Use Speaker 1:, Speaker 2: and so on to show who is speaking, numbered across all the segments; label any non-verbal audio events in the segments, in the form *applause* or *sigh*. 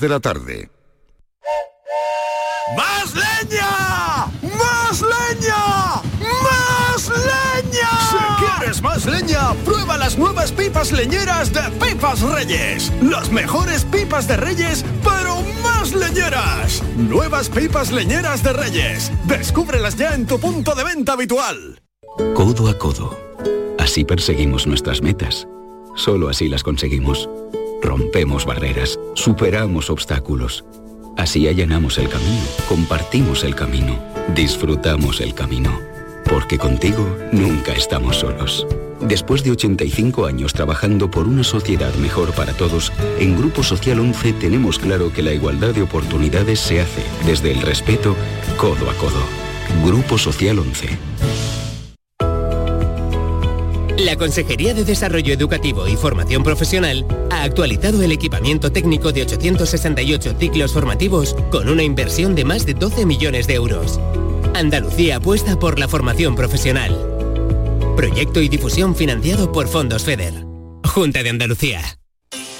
Speaker 1: de la tarde.
Speaker 2: ¡Más leña! ¡Más leña! ¡Más leña! Si quieres más leña, prueba las nuevas pipas leñeras de Pipas Reyes. Las mejores pipas de Reyes, pero más leñeras. Nuevas pipas leñeras de Reyes. Descúbrelas ya en tu punto de venta habitual.
Speaker 3: Codo a codo. Así perseguimos nuestras metas. Solo así las conseguimos. Rompemos barreras, superamos obstáculos. Así allanamos el camino, compartimos el camino, disfrutamos el camino. Porque contigo nunca estamos solos. Después de 85 años trabajando por una sociedad mejor para todos, en Grupo Social 11 tenemos claro que la igualdad de oportunidades se hace desde el respeto, codo a codo. Grupo Social 11.
Speaker 4: La Consejería de Desarrollo Educativo y Formación Profesional ha actualizado el equipamiento técnico de 868 ciclos formativos con una inversión de más de 12 millones de euros. Andalucía apuesta por la formación profesional. Proyecto y difusión financiado por fondos FEDER. Junta de Andalucía.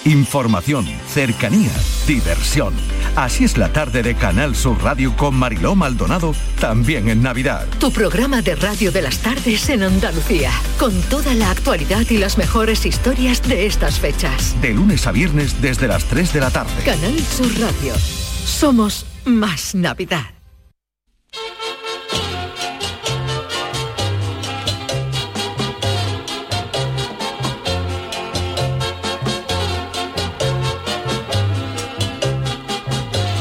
Speaker 5: Información, cercanía, diversión. Así es la tarde de Canal Sur Radio con Mariló Maldonado, también en Navidad.
Speaker 6: Tu programa de radio de las tardes en Andalucía, con toda la actualidad y las mejores historias de estas fechas.
Speaker 5: De lunes a viernes desde las 3 de la tarde.
Speaker 6: Canal Sur Radio. Somos más Navidad.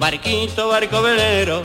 Speaker 7: Barquito, barco velero,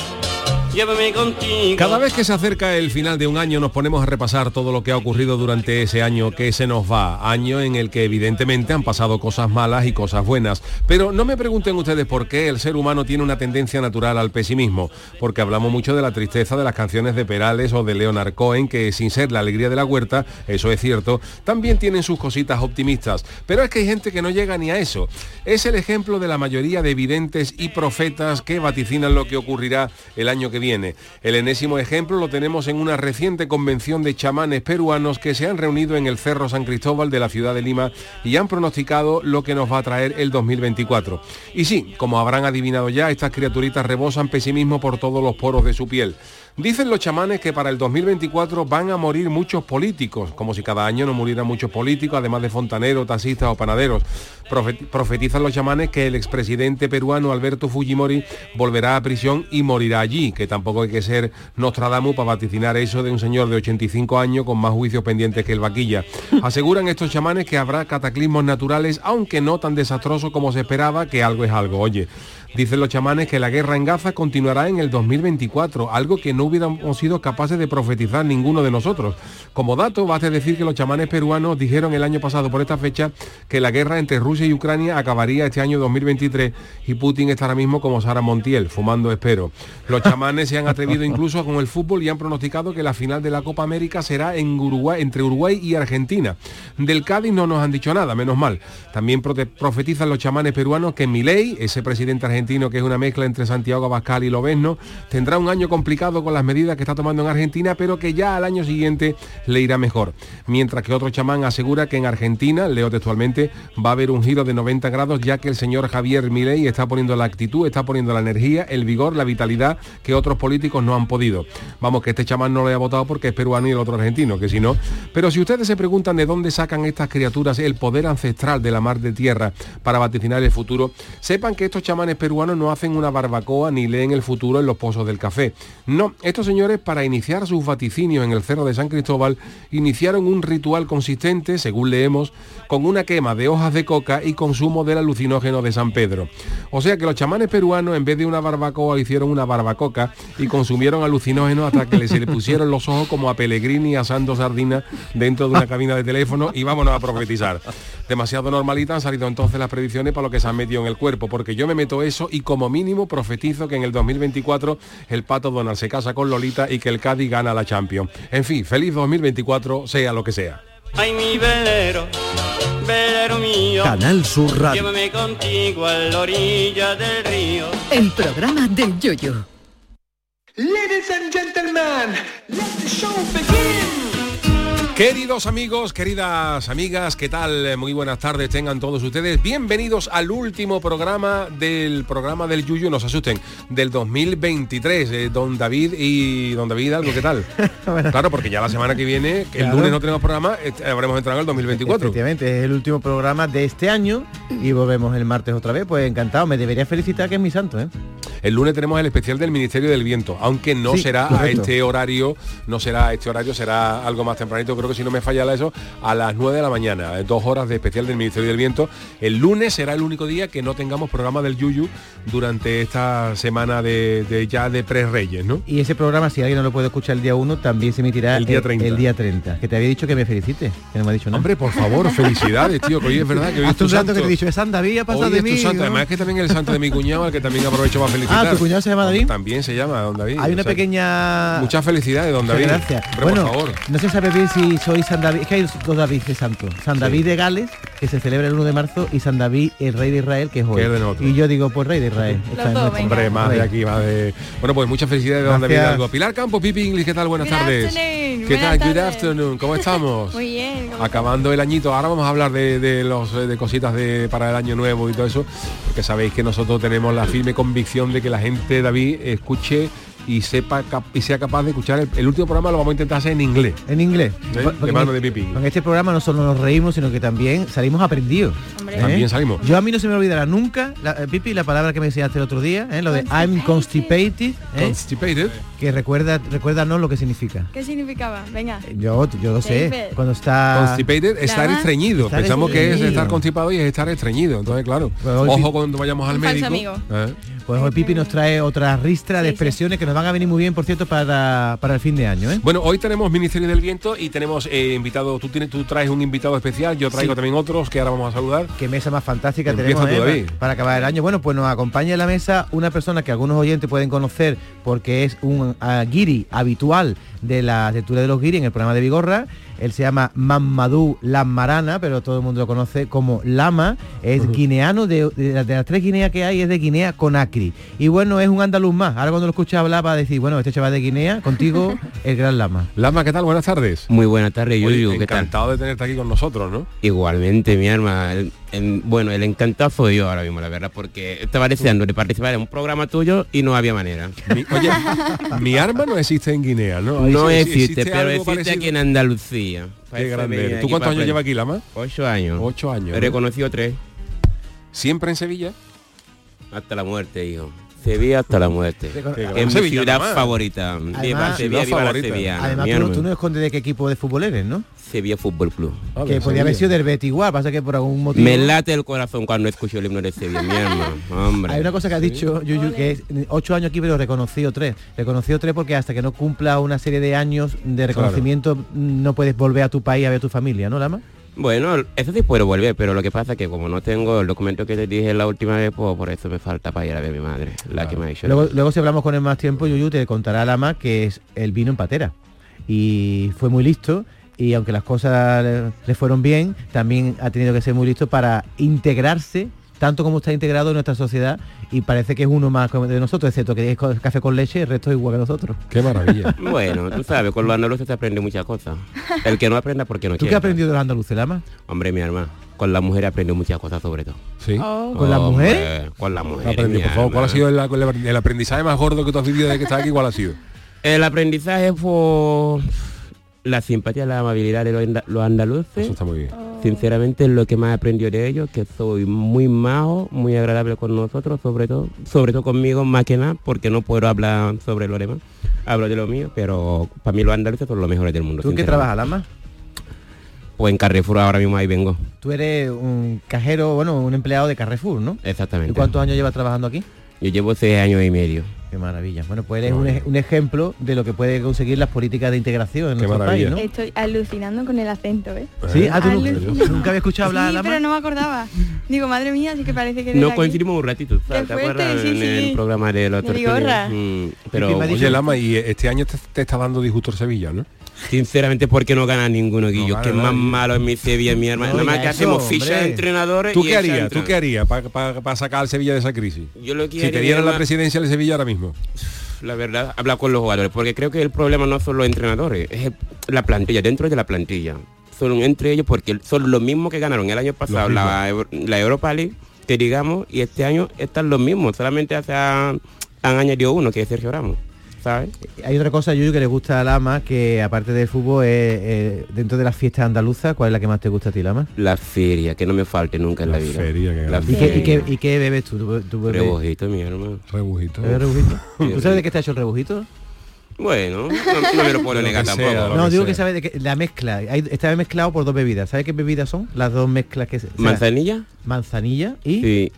Speaker 7: llévame contigo.
Speaker 8: Cada vez que se acerca el final de un año nos ponemos a repasar todo lo que ha ocurrido durante ese año que se nos va, año en el que evidentemente han pasado cosas malas y cosas buenas. Pero no me pregunten ustedes por qué el ser humano tiene una tendencia natural al pesimismo, porque hablamos mucho de la tristeza de las canciones de Perales o de Leonard Cohen, que sin ser la alegría de la huerta, eso es cierto, también tienen sus cositas optimistas. Pero es que hay gente que no llega ni a eso. Es el ejemplo de la mayoría de videntes y profetas que vaticinan lo que ocurrirá el año que viene. El enésimo ejemplo lo tenemos en una reciente convención de chamanes peruanos que se han reunido en el Cerro San Cristóbal de la ciudad de Lima y han pronosticado lo que nos va a traer el 2024. Y sí, como habrán adivinado ya, estas criaturitas rebosan pesimismo por todos los poros de su piel. Dicen los chamanes que para el 2024 van a morir muchos políticos, como si cada año no murieran muchos políticos, además de fontaneros, taxistas o panaderos. Profetizan los chamanes que el expresidente peruano Alberto Fujimori volverá a prisión y morirá allí, que tampoco hay que ser Nostradamus para vaticinar eso de un señor de 85 años con más juicios pendientes que el vaquilla. Aseguran estos chamanes que habrá cataclismos naturales, aunque no tan desastrosos como se esperaba, que algo es algo. Oye, Dicen los chamanes que la guerra en Gaza continuará en el 2024, algo que no hubiéramos sido capaces de profetizar ninguno de nosotros. Como dato, basta decir que los chamanes peruanos dijeron el año pasado por esta fecha que la guerra entre Rusia y Ucrania acabaría este año 2023 y Putin está ahora mismo como Sara Montiel, fumando espero. Los chamanes se han atrevido incluso con el fútbol y han pronosticado que la final de la Copa América será en Uruguay, entre Uruguay y Argentina. Del Cádiz no nos han dicho nada, menos mal. También profetizan los chamanes peruanos que Milei, ese presidente argentino, argentino, que es una mezcla entre Santiago Abascal y Lobezno, tendrá un año complicado con las medidas que está tomando en Argentina, pero que ya al año siguiente le irá mejor. Mientras que otro chamán asegura que en Argentina, leo textualmente, va a haber un giro de 90 grados, ya que el señor Javier Milei está poniendo la actitud, está poniendo la energía, el vigor, la vitalidad que otros políticos no han podido. Vamos, que este chamán no lo haya votado porque es peruano y el otro argentino, que si no. Pero si ustedes se preguntan de dónde sacan estas criaturas el poder ancestral de la mar de tierra para vaticinar el futuro, sepan que estos chamanes peruanos peruanos no hacen una barbacoa ni leen el futuro en los pozos del café. No, estos señores para iniciar sus vaticinios en el Cerro de San Cristóbal iniciaron un ritual consistente, según leemos, con una quema de hojas de coca y consumo del alucinógeno de San Pedro. O sea que los chamanes peruanos en vez de una barbacoa hicieron una barbacoca y consumieron alucinógenos hasta que se le pusieron los ojos como a Pellegrini asando sardinas dentro de una cabina de teléfono y vámonos a profetizar. Demasiado normalita han salido entonces las predicciones para lo que se han metido en el cuerpo, porque yo me meto eso y como mínimo profetizo que en el 2024 el Pato Donald se casa con Lolita y que el Cádiz gana la Champions. En fin, feliz 2024, sea lo que sea.
Speaker 7: Ay, mi velero, velero mío.
Speaker 5: Canal Sur Radio.
Speaker 7: Llévame contigo a la orilla del río.
Speaker 6: El programa del yoyo.
Speaker 1: Ladies and gentlemen, let the show begin.
Speaker 8: Queridos amigos, queridas amigas, ¿qué tal? Muy buenas tardes tengan todos ustedes. Bienvenidos al último programa del programa del Yuyu, no se asusten, del 2023. Eh, don David y don David, algo, ¿qué tal? Claro, porque ya la semana que viene, que el
Speaker 9: Claro.
Speaker 8: lunes no tenemos programa, eh, habremos entrado en el 2024.
Speaker 9: Efectivamente, es el último programa de este año y volvemos el martes otra vez. Pues encantado, me debería felicitar que es mi santo, ¿eh?
Speaker 8: El lunes tenemos el especial del Ministerio del Viento, aunque no
Speaker 9: Sí,
Speaker 8: será a
Speaker 9: correcto.
Speaker 8: este horario, no será a este horario, será algo más tempranito, creo que si no me falla la eso, a las 9 de la mañana, eh, dos horas de especial del Ministerio del Viento. El lunes será el único día que no tengamos programa del Yuyu durante esta semana de, de ya de pre-reyes, ¿no?
Speaker 9: Y ese programa, si alguien no lo puede escuchar el día 1, también se emitirá
Speaker 8: El día 30.
Speaker 9: el día 30. Que te había dicho que me felicite, que no me ha dicho nada.
Speaker 8: Hombre, por favor, felicidades, tío, que hoy es verdad que hoy es
Speaker 9: Hace
Speaker 8: tu
Speaker 9: un rato
Speaker 8: santo.
Speaker 9: que te he dicho, es San David, ha pasado
Speaker 8: Hoy
Speaker 9: de
Speaker 8: es tu
Speaker 9: mí.
Speaker 8: santo.
Speaker 9: ¿no?
Speaker 8: Además que también el santo de mi cuñado, al que también aprovecho para felicitar.
Speaker 9: Ah, ¿tu cuñado se llama David?
Speaker 8: También se llama Don David.
Speaker 9: Hay
Speaker 8: o
Speaker 9: una
Speaker 8: sea,
Speaker 9: pequeña...
Speaker 8: Muchas felicidades, don David.
Speaker 9: Muchas gracias.
Speaker 8: Hombre,
Speaker 9: bueno,
Speaker 8: por favor.
Speaker 9: no se sabe bien si soy San David, es que hay dos David de santo. San David de Gales, que se celebra el 1 de marzo, y San David, el rey de Israel, que es hoy.
Speaker 8: Que es de nosotros.
Speaker 9: y yo digo, pues rey de Israel. Está
Speaker 10: dos,
Speaker 9: en nuestro-
Speaker 10: venga.
Speaker 8: Hombre, más de aquí, más de... Bueno, pues muchas felicidades, don David
Speaker 9: Gracias.
Speaker 8: Hidalgo. Pilar Campo, Pipi English, ¿qué tal? Buenas
Speaker 10: Good
Speaker 8: tardes.
Speaker 10: afternoon,
Speaker 8: ¿Qué tal?
Speaker 10: buenas
Speaker 8: Good
Speaker 10: tardes.
Speaker 8: afternoon.
Speaker 10: *laughs*
Speaker 8: ¿Cómo estamos?
Speaker 10: Muy bien. ¿cómo
Speaker 8: Acabando el añito, ahora vamos a hablar de, de los eh, de cositas de, para el año nuevo y todo eso, porque sabéis que nosotros tenemos la firme convicción de que la gente, David, escuche y sepa cap- y sea capaz de escuchar el, el último programa lo vamos a intentar hacer en inglés.
Speaker 9: En inglés.
Speaker 8: Sí,
Speaker 9: Porque
Speaker 8: de mano
Speaker 9: en-
Speaker 8: de pipí.
Speaker 9: En este programa no solo nos reímos, sino que también salimos aprendidos. ¿eh?
Speaker 10: Hombre.
Speaker 8: También salimos.
Speaker 9: Yo a mí no se me olvidará nunca, la, eh, Pipi, la palabra que me enseñaste el otro día, ¿eh? lo de I'm constipated, ¿eh?
Speaker 8: Constipated.
Speaker 9: que recuerda, recuérdanos lo que significa.
Speaker 10: estás? ¿Qué significaba? Venga.
Speaker 9: Yo, yo lo sé,
Speaker 10: Constipated.
Speaker 9: cuando está...
Speaker 8: Constipated, estar
Speaker 10: Nada.
Speaker 8: estreñido.
Speaker 9: Ah. Estar
Speaker 8: Pensamos que es
Speaker 9: estreñido.
Speaker 8: estar constipado y es estar estreñido. Entonces, claro,
Speaker 9: Pues hoy sí.
Speaker 8: ojo cuando vayamos al
Speaker 10: Un falso
Speaker 8: médico.
Speaker 10: amigo.
Speaker 8: ¿eh?
Speaker 9: Pues hoy Pipi nos trae otra ristra
Speaker 10: Sí,
Speaker 9: de
Speaker 10: sí.
Speaker 9: expresiones que nos van a venir muy bien, por cierto, para, para el fin de año. ¿eh?
Speaker 8: Bueno, hoy tenemos Ministerio del Viento y tenemos eh, invitado, tú, tienes, tú traes un invitado especial, yo traigo
Speaker 9: Sí.
Speaker 8: también otros que ahora vamos a saludar.
Speaker 9: Qué mesa más fantástica
Speaker 8: Empieza
Speaker 9: tenemos
Speaker 8: tú,
Speaker 9: ¿eh?
Speaker 8: David.
Speaker 9: para, para acabar el año. Bueno, pues nos acompaña en la mesa una persona que algunos oyentes pueden conocer porque es un ah, guiri habitual de la lectura de los guiri en el programa de Vigorra. Él se llama Mamadou Lamarana, pero todo el mundo lo conoce como Lama. Es guineano, de, de las- de las tres Guineas que hay, es de Guinea Conakry. Y bueno, es un andaluz más. Ahora cuando lo escucha hablar va a decir, bueno, este chaval de Guinea, contigo,
Speaker 8: *laughs*
Speaker 9: el gran Lama.
Speaker 8: Lama, ¿qué tal? Buenas tardes.
Speaker 11: Muy buena tarde,
Speaker 8: Oye,
Speaker 11: Yuyu, ¿qué tal?
Speaker 8: encantado de tenerte aquí con nosotros, ¿no?
Speaker 11: Igualmente, mi arma. el- el- bueno, el encantado fue yo ahora mismo, la verdad, porque estaba deseando de participar en un programa tuyo y no había manera.
Speaker 8: Mi- oye, mi arma no existe en Guinea, ¿no? Ahí
Speaker 11: No
Speaker 8: sí- sí
Speaker 11: existe, pero
Speaker 8: algo
Speaker 11: existe
Speaker 8: parecido.
Speaker 11: aquí en Andalucía. Para
Speaker 8: Qué
Speaker 11: eso
Speaker 8: grande.
Speaker 11: venía
Speaker 8: eres. ¿Tú
Speaker 11: aquí
Speaker 8: cuántos
Speaker 11: para
Speaker 8: años llevas
Speaker 11: aprender.
Speaker 8: aquí, Lama?
Speaker 11: Ocho años.
Speaker 8: Ocho años.
Speaker 11: He
Speaker 8: ¿no?
Speaker 11: reconocido tres.
Speaker 8: Siempre en Sevilla.
Speaker 11: Hasta la muerte, hijo. Sevilla hasta la muerte.
Speaker 9: Te con-
Speaker 11: Que
Speaker 8: con-
Speaker 11: es mi
Speaker 8: Sevilla
Speaker 11: ciudad
Speaker 8: nomás.
Speaker 11: favorita. viva Sevilla, viva la
Speaker 8: favorita.
Speaker 11: Sevilla.
Speaker 9: Además,
Speaker 11: mi
Speaker 9: tú, no-
Speaker 11: arma.
Speaker 9: tú no escondes de qué equipo de fútbol eres, ¿no?
Speaker 11: Sevilla Fútbol Club.
Speaker 8: Ah, de
Speaker 9: que podía haber sido
Speaker 8: Sevilla.
Speaker 9: del Betis igual, pasa que por algún motivo...
Speaker 11: Me late el corazón cuando escucho el himno de Sevilla, mi arma. Hombre.
Speaker 9: Oh, Hay una cosa que ha dicho Yuyu,
Speaker 10: Ole.
Speaker 9: que es eh, ocho años aquí, pero reconocido tres. Reconocido tres porque hasta que no cumpla una serie de años de reconocimiento mm, no puedes volver a tu país a ver a tu familia, ¿no, Lama?
Speaker 11: Bueno, eso sí puedo volver, pero lo que pasa es que como no tengo el documento que te dije la última vez, pues por eso me falta para ir a ver a mi madre, la que me ha dicho.
Speaker 9: Luego, luego si hablamos con él más tiempo, Yuyu te contará Lama que es el vino en patera. Y fue muy listo. Y aunque las cosas le- le fueron bien, también ha tenido que ser muy listo para integrarse, tanto como está integrado en nuestra sociedad, y parece que es uno más como de nosotros, excepto que es co- café con leche, el resto es igual que nosotros.
Speaker 8: Qué maravilla.
Speaker 11: Bueno, tú sabes, con los andaluces te aprende muchas cosas. El que no aprenda porque no
Speaker 9: *laughs* ¿Tú
Speaker 11: quiere.
Speaker 9: qué has aprendido de los andaluces, Lama?
Speaker 11: Hombre, mi hermano, con la mujer aprende muchas cosas sobre todo.
Speaker 8: Sí.
Speaker 11: Oh.
Speaker 9: ¿Con las
Speaker 11: Hombre,
Speaker 9: mujeres?
Speaker 11: Con la mujer.
Speaker 8: Aprendí, por favor, ¿cuál ha sido el, el aprendizaje más gordo que tú has vivido desde que estás aquí? ¿Cuál ha sido?
Speaker 11: El aprendizaje fue la simpatía, la amabilidad de los, anda- los andaluces.
Speaker 8: Eso está muy bien.
Speaker 11: Sinceramente es lo que más aprendió de ellos, que soy muy majo, muy agradable con nosotros, sobre todo, sobre todo conmigo más que nada, porque no puedo hablar sobre lo demás. Hablo de lo mío, pero para mí los andaluces son los mejores del mundo.
Speaker 9: ¿Tú en qué
Speaker 11: sinceramente.
Speaker 9: trabajas, Lama?
Speaker 11: Pues en Carrefour ahora mismo ahí vengo.
Speaker 9: Tú eres un cajero, bueno, un empleado de Carrefour, ¿no? ¿Y
Speaker 11: Exactamente.
Speaker 9: cuántos años llevas trabajando aquí?
Speaker 11: Yo llevo seis años y medio.
Speaker 9: Qué maravilla. Bueno, pues eres
Speaker 8: eh.
Speaker 9: un, ej- un ejemplo de lo que puede conseguir las políticas de integración en nuestro país, ¿no?
Speaker 10: Estoy alucinando con el acento, ¿eh?
Speaker 8: Pues
Speaker 9: Sí, ah, tú nu-
Speaker 10: Alucinando.
Speaker 9: nunca había escuchado hablar a
Speaker 10: Sí,
Speaker 9: la
Speaker 10: pero
Speaker 9: ma-
Speaker 10: no me acordaba. Digo, madre mía, así que parece que... eres de
Speaker 11: No
Speaker 10: aquí.
Speaker 11: coincidimos un ratito, ¿te
Speaker 10: fuerte,
Speaker 11: acuerdas?
Speaker 10: sí,
Speaker 11: en
Speaker 10: sí.
Speaker 11: el programa de los
Speaker 10: De Vigorra.
Speaker 11: tortugas. Mm, pero
Speaker 8: Oye, Lama, y este año te, te está dando disgusto el Sevilla, ¿no?
Speaker 11: Sinceramente, porque no gana ninguno, Guillo. que más malo es mi Sevilla, mi hermano. Nada más que hacemos fichas de entrenadores.
Speaker 8: ¿Tú
Speaker 11: y
Speaker 8: qué
Speaker 11: esa
Speaker 8: harías? ¿Tú
Speaker 11: entrenador.
Speaker 8: qué harías para sacar al Sevilla de esa crisis?
Speaker 11: Yo lo que
Speaker 8: Si te
Speaker 11: haría,
Speaker 8: dieran la
Speaker 11: además,
Speaker 8: presidencia del Sevilla ahora mismo.
Speaker 11: la verdad, hablar con los jugadores, porque creo que el problema no son los entrenadores, es la plantilla, dentro de la plantilla. Son entre ellos porque son los mismos que ganaron el año pasado la, Euro- la Europa League, que digamos, y este año están los mismos, solamente hace- han, han añadido uno, que es Sergio Ramos, ¿sabes?
Speaker 9: Hay otra cosa, Yuyu, que le gusta a Lama, que aparte del fútbol, es, eh, dentro de las fiestas andaluzas, ¿cuál es la que más te gusta a ti, Lama?
Speaker 11: La feria, que no me falte nunca en la, vida. la
Speaker 9: ¿Y qué, y
Speaker 11: feria.
Speaker 9: qué- y qué bebes tú? ¿Tú- tú bebes-
Speaker 11: Rebujito, mi hermano.
Speaker 8: Rebujito.
Speaker 11: *laughs*
Speaker 9: bebes rebujito? ¿Tú sabes de qué está hecho el rebujito?
Speaker 11: Bueno, no, no me lo puedo
Speaker 8: Lo
Speaker 11: negar
Speaker 8: que
Speaker 11: tampoco.
Speaker 8: sea,
Speaker 9: No, digo que sabes de qué- la mezcla. Hay- está mezclado por dos bebidas. ¿Sabes qué bebidas son? Las dos mezclas que se- o sea,
Speaker 11: ¿Manzanilla?
Speaker 9: Manzanilla y...
Speaker 11: Sí.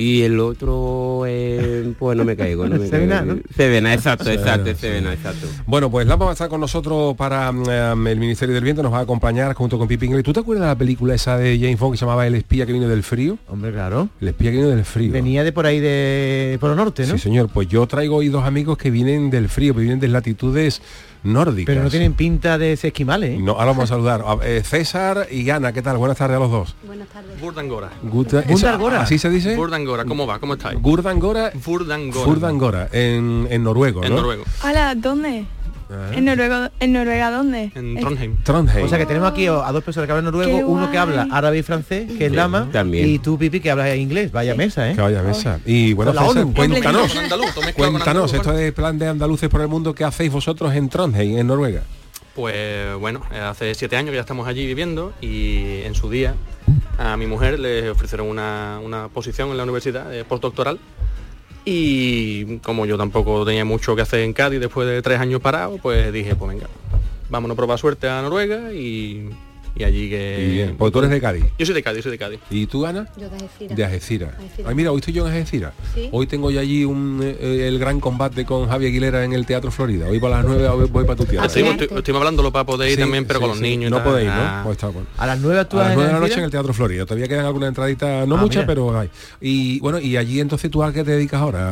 Speaker 11: Y el otro,
Speaker 9: *laughs*
Speaker 11: eh, pues no me caigo. No me
Speaker 8: Sevena,
Speaker 11: caigo.
Speaker 8: ¿no?
Speaker 11: Sevena, exacto,
Speaker 8: Sevena,
Speaker 11: exacto,
Speaker 8: sí.
Speaker 11: Sevena, exacto.
Speaker 8: Bueno, pues Lama va a estar con nosotros para mm, el Ministerio del Viento, nos va a acompañar junto con Pipi Inglés. ¿Tú te acuerdas de la película esa de James Bond que se llamaba El espía que vino del frío?
Speaker 9: Hombre, claro.
Speaker 8: El espía que vino del frío.
Speaker 9: Venía de por ahí de por el norte, ¿no?
Speaker 8: Sí, señor. Pues yo traigo hoy dos amigos que vienen del frío, que vienen de latitudes nórdicas.
Speaker 9: Pero no tienen pinta de ser esquimales, ¿eh?
Speaker 8: No, ahora vamos a saludar. A- eh, César y Ana, ¿qué tal? Buenas tardes a los dos.
Speaker 12: Burdangora.
Speaker 8: Guta- esa-
Speaker 12: Burdangora.
Speaker 8: ¿Así se dice?
Speaker 12: Burdangora, ¿cómo va? ¿Cómo estáis?
Speaker 8: Gurdangora.
Speaker 12: Burdangora.
Speaker 8: Furdangora, en, en noruego,
Speaker 12: En
Speaker 8: ¿no?
Speaker 12: noruego.
Speaker 10: Hola, ¿dónde?
Speaker 8: Ah.
Speaker 10: ¿En Noruega, ¿En Noruega dónde?
Speaker 12: Mm,
Speaker 10: Es-
Speaker 8: Trondheim.
Speaker 9: O sea que tenemos aquí a dos personas que hablan noruego,
Speaker 10: Qué
Speaker 9: uno que
Speaker 10: guay.
Speaker 9: habla árabe y francés, que es
Speaker 8: Sí,
Speaker 9: Lama,
Speaker 8: también.
Speaker 9: y tú, Pipi, que hablas inglés. Vaya mesa, ¿eh?
Speaker 8: Que vaya mesa. Y bueno,
Speaker 9: Con la
Speaker 8: César, pues
Speaker 9: ONU.
Speaker 8: cuéntanos,
Speaker 9: Con andaluz, todo mezclado con
Speaker 8: cuéntanos,
Speaker 9: andaluz,
Speaker 8: esto es plan de andaluces por el mundo, ¿qué hacéis vosotros en Trondheim, en Noruega?
Speaker 12: Pues bueno, eh, hace siete años que ya estamos allí viviendo y en su día a mi mujer le ofrecieron una, una posición en la universidad eh, postdoctoral y como yo tampoco tenía mucho que hacer en Cádiz después de tres años parado, pues dije, pues venga, vámonos a probar suerte a Noruega y, y allí que...
Speaker 8: Y bien, porque tú eres de Cádiz.
Speaker 12: Yo soy de Cádiz, soy de Cádiz.
Speaker 8: ¿Y tú, Ana?
Speaker 13: Yo de Algeciras.
Speaker 8: De Algeciras.
Speaker 13: Algeciras.
Speaker 8: Ay, mira, hoy estoy yo en Algeciras.
Speaker 13: Sí.
Speaker 8: Hoy tengo yo allí un, eh, el gran combate con Javi Aguilera en el Teatro Florida. Hoy para las 9 voy, voy para tu tierra.
Speaker 12: Estuvimos, estu- estuvimos hablándolo para poder ir
Speaker 8: Sí,
Speaker 12: también, pero
Speaker 8: sí,
Speaker 12: con los
Speaker 8: sí.
Speaker 12: niños. y
Speaker 8: No
Speaker 12: tal.
Speaker 8: podéis, ¿no?
Speaker 12: Nah.
Speaker 8: Pues está bueno.
Speaker 9: A las 9
Speaker 8: A
Speaker 9: actúas
Speaker 8: las
Speaker 9: en
Speaker 8: 9 de la noche
Speaker 9: Algeciras?
Speaker 8: en el Teatro Florida. Todavía quedan algunas entraditas, no
Speaker 12: Ah,
Speaker 8: muchas,
Speaker 12: mira.
Speaker 8: pero hay. Y bueno, y allí entonces tú a qué te dedicas ahora.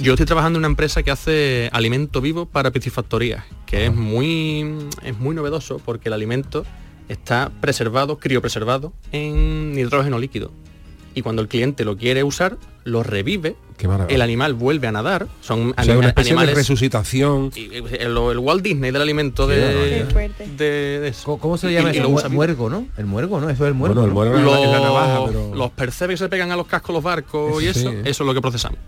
Speaker 12: Yo estoy trabajando en una empresa que hace alimento vivo para piscifactorías, que
Speaker 8: Ah.
Speaker 12: es muy es muy novedoso porque el alimento está preservado, criopreservado en hidrógeno líquido. Y cuando el cliente lo quiere usar, lo revive,
Speaker 8: Qué maravilla.
Speaker 12: el animal vuelve a nadar, son
Speaker 8: O sea,
Speaker 12: anima-
Speaker 8: una especie
Speaker 12: animales
Speaker 8: de resucitación.
Speaker 12: y- y- el, el Walt Disney del alimento de,
Speaker 9: Qué
Speaker 12: de- de eso.
Speaker 9: ¿Cómo se
Speaker 12: Y-
Speaker 9: llama
Speaker 12: y
Speaker 9: eso?
Speaker 12: lo usa
Speaker 9: Mu-
Speaker 12: vivo.
Speaker 9: Muergo, ¿no? El muergo, ¿no? Eso es el muergo.
Speaker 8: Bueno, el
Speaker 9: ¿no?
Speaker 8: muergo
Speaker 12: los,
Speaker 8: pero-
Speaker 12: los percebes que se pegan a los cascos los barcos y
Speaker 9: Eso
Speaker 12: eso,
Speaker 9: sí.
Speaker 12: eso es lo que procesamos.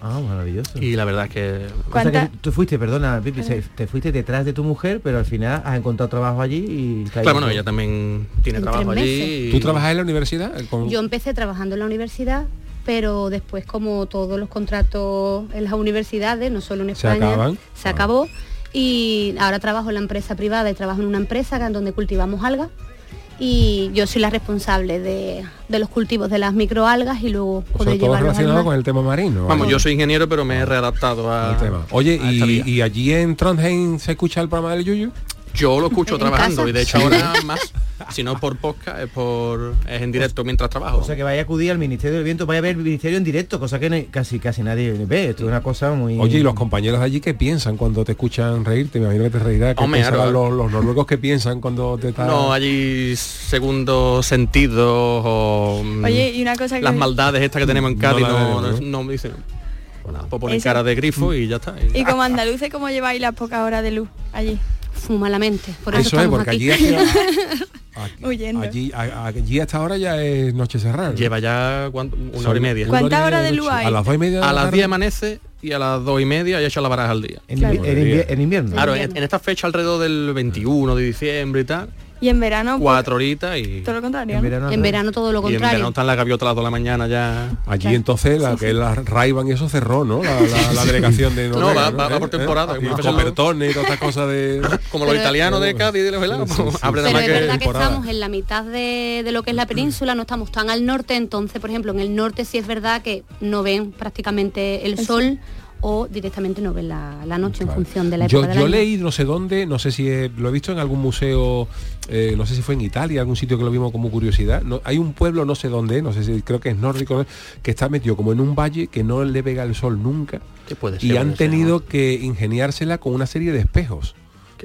Speaker 9: Ah, maravilloso.
Speaker 12: Y la verdad es que
Speaker 9: O sea que tú fuiste, perdona, Pipi, se- te fuiste detrás de tu mujer, pero al final has encontrado trabajo allí y...
Speaker 12: Claro, bueno, ella también tiene
Speaker 13: En
Speaker 12: trabajo
Speaker 13: tres
Speaker 12: allí.
Speaker 13: meses.
Speaker 8: ¿Tú trabajas en la universidad? Con-
Speaker 13: Yo empecé trabajando en la universidad, pero después como todos los contratos en las universidades, no solo en
Speaker 8: Se
Speaker 13: España,
Speaker 8: acaban. Ah.
Speaker 13: se acabó. Y ahora trabajo en la empresa privada y trabajo en una empresa en donde cultivamos algas. Y yo soy la responsable de, de los cultivos de las microalgas y luego
Speaker 8: O sea,
Speaker 13: poder
Speaker 8: todo
Speaker 13: llevarlos al
Speaker 8: relacionado
Speaker 13: mar.
Speaker 8: con el tema marino.
Speaker 12: Vamos,
Speaker 8: ¿vale?
Speaker 12: yo soy ingeniero, pero me he readaptado a-
Speaker 8: Oye,
Speaker 12: a esta
Speaker 8: y,
Speaker 12: vida.
Speaker 8: y allí en Trondheim se escucha el programa del Yuyu?
Speaker 12: Yo lo escucho
Speaker 8: *laughs* ¿En
Speaker 12: trabajando
Speaker 8: casa?
Speaker 12: y de hecho
Speaker 8: Sí.
Speaker 12: ahora más, si no es por podcast, es por es en directo mientras trabajo.
Speaker 9: O sea que vaya a acudir al Ministerio del Viento, vaya a ver el Ministerio en directo, cosa que no- casi casi nadie ve. Esto es una cosa muy...
Speaker 8: Oye, ¿y los compañeros de allí qué piensan cuando te escuchan reírte? Me imagino que te reirás. ¿Qué
Speaker 12: Hombre,
Speaker 8: pensarán
Speaker 12: claro.
Speaker 8: los, los noruegos que piensan cuando te están...
Speaker 12: no allí segundos sentidos o mm,
Speaker 10: Oye, y una cosa que
Speaker 12: las
Speaker 10: os-
Speaker 12: maldades estas que tenemos en Cádiz
Speaker 8: la
Speaker 12: no,
Speaker 8: veremos,
Speaker 12: no, no me dicen. Pues nada, pues ponen
Speaker 10: Eso.
Speaker 12: cara de grifo y ya está.
Speaker 10: Y como andaluces, ¿cómo lleváis las pocas horas de luz allí?
Speaker 13: Fuma la mente, por
Speaker 8: Ah, eso Eso es, estamos porque aquí.
Speaker 13: *laughs*
Speaker 8: allí
Speaker 10: Huyendo.
Speaker 8: Allí, a- allí hasta ahora ya es noche cerrada.
Speaker 12: Lleva ya ¿cuánto? una
Speaker 8: Son
Speaker 12: hora y media.
Speaker 8: una ¿Cuántas hora y horas media de de luz noche. hay? A las dos y media de
Speaker 12: A
Speaker 8: la
Speaker 12: las
Speaker 8: tarde.
Speaker 12: 10 amanece y a las 2 y media ya he hecho la baraja al día.
Speaker 9: En, invi- en invi- en invierno.
Speaker 12: Claro, en, en esta fecha alrededor del 21 de diciembre y tal,
Speaker 10: Y en verano... pues,
Speaker 12: cuatro horitas y...
Speaker 10: Todo lo contrario.
Speaker 12: En
Speaker 10: ¿no?
Speaker 12: verano-
Speaker 13: En verano todo lo
Speaker 12: Y en verano
Speaker 13: contrario.
Speaker 12: están las gaviotas a las 2 de la mañana ya.
Speaker 8: Allí entonces la que la Raiban y eso cerró, ¿no? La, la- la delegación de
Speaker 12: No,
Speaker 8: Noruega, Eh,
Speaker 12: va- va- va por temporada,
Speaker 8: Y
Speaker 12: como
Speaker 8: los
Speaker 12: empezó luego.
Speaker 8: copertones y todas estas cosas de...
Speaker 12: *laughs* Como los Pero- eh, italianos de Cádiz Pues, y de los helados,
Speaker 13: Pero
Speaker 12: abren nada más
Speaker 13: es
Speaker 12: que
Speaker 13: verdad que
Speaker 12: temporada.
Speaker 13: estamos en la mitad de, de lo que es la península, no estamos tan al norte, entonces, por ejemplo, en el norte sí es verdad que no ven prácticamente el sol o directamente no ven la, la noche en función *laughs* de la época
Speaker 8: Yo,
Speaker 13: del
Speaker 8: yo
Speaker 13: año.
Speaker 8: leí no sé dónde, no sé si eh, lo he visto en algún museo, eh, no sé si fue en Italia, algún sitio que lo vimos como curiosidad. No, hay un pueblo, no sé dónde, no sé si creo que es nórdico, que está metido como en un valle que no le pega el sol nunca
Speaker 12: puede
Speaker 8: y
Speaker 12: ser,
Speaker 8: han *laughs*
Speaker 12: puede ser,
Speaker 8: tenido que ingeniársela con una serie de espejos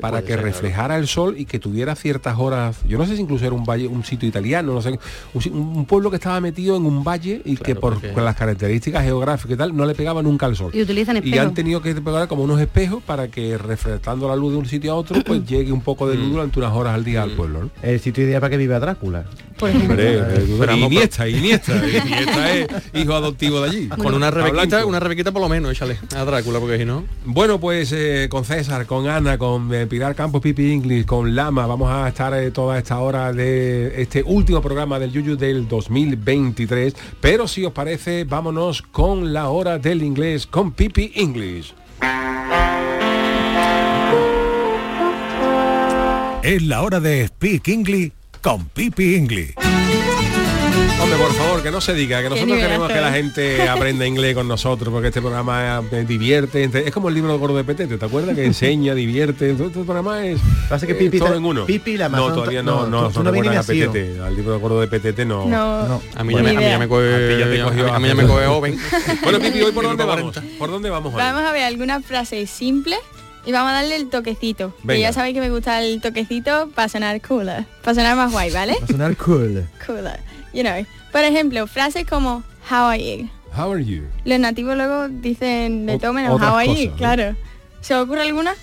Speaker 8: para
Speaker 12: puede
Speaker 8: que
Speaker 12: ser, claro.
Speaker 8: reflejara el sol y que tuviera ciertas horas. Yo no sé si incluso era un valle, un sitio italiano, no sé, un, si- un pueblo que estaba metido en un valle y que por
Speaker 13: porque-
Speaker 8: las características geográficas y tal no le pegaba nunca el sol.
Speaker 13: Y utilizan
Speaker 8: Y han
Speaker 13: espejo.
Speaker 8: tenido que pegar como unos espejos para que reflectando la luz de un sitio a otro, pues llegue un poco de luz durante unas horas al día al pueblo.
Speaker 9: El sitio ideal para que viva Drácula.
Speaker 13: Por
Speaker 8: Hombre,
Speaker 9: ejemplo.
Speaker 8: eh,
Speaker 9: Pero vamos,
Speaker 8: Iniesta, Iniesta, Iniesta es hijo adoptivo de allí.
Speaker 12: Con una rebequita,
Speaker 8: Blanco.
Speaker 12: una rebequita por lo menos, échale. A Drácula, porque si no.
Speaker 8: Bueno, pues eh, con César, con Ana, con eh, Pilar Campos, Pipi English, con Lama, vamos a estar eh, toda esta hora de este último programa del Yuyu del 2023. Pero si os parece, vámonos con la hora del inglés, con Pipi English.
Speaker 5: Es la hora de Speak English con Pipi English.
Speaker 8: Hombre, por favor, que no se diga, que
Speaker 5: Qué
Speaker 8: nosotros queremos
Speaker 5: nivelazo,
Speaker 8: que la
Speaker 5: ¿eh?
Speaker 8: gente aprenda inglés con nosotros, porque este programa eh, eh, divierte, entre- es como el libro del gordo de Petete, ¿te acuerdas? Que enseña, divierte, entonces este programa es
Speaker 9: Pasa que
Speaker 8: eh,
Speaker 9: Pipi
Speaker 8: todo
Speaker 9: ta-
Speaker 8: en uno.
Speaker 9: Pipi y la
Speaker 8: No,
Speaker 9: Amazon-
Speaker 8: todavía no,
Speaker 9: no,
Speaker 8: no,
Speaker 9: tú- tú
Speaker 8: no
Speaker 9: no vienes
Speaker 8: recuerdan a
Speaker 9: ni nacido.
Speaker 8: Petete, al libro del gordo de Petete no. Eh,
Speaker 10: No. No.
Speaker 12: A mí ya me- a mí ya me coge-
Speaker 8: A ti ya te
Speaker 12: a
Speaker 8: cogió-
Speaker 12: mí ya me coge joven.
Speaker 8: bueno, Pipi, ¿hoy
Speaker 12: *laughs*
Speaker 8: por dónde vamos? ¿Por dónde vamos hoy?
Speaker 10: Vamos a ver alguna frase simple y vamos a darle el toquecito. Que
Speaker 8: Venga.
Speaker 10: ya sabéis que me gusta el toquecito para sonar cooler. Para sonar más guay, ¿vale?
Speaker 8: *laughs*
Speaker 9: Va a
Speaker 12: *laughs*
Speaker 9: sonar cool.
Speaker 10: cooler. You know. Por ejemplo, frases como how are you.
Speaker 8: How are you?
Speaker 10: Los nativos luego dicen de
Speaker 9: Ot-
Speaker 10: todo menos
Speaker 9: otras
Speaker 10: how are you,
Speaker 9: cosas, ¿no? Mm.
Speaker 10: claro. ¿Se os ocurre alguna?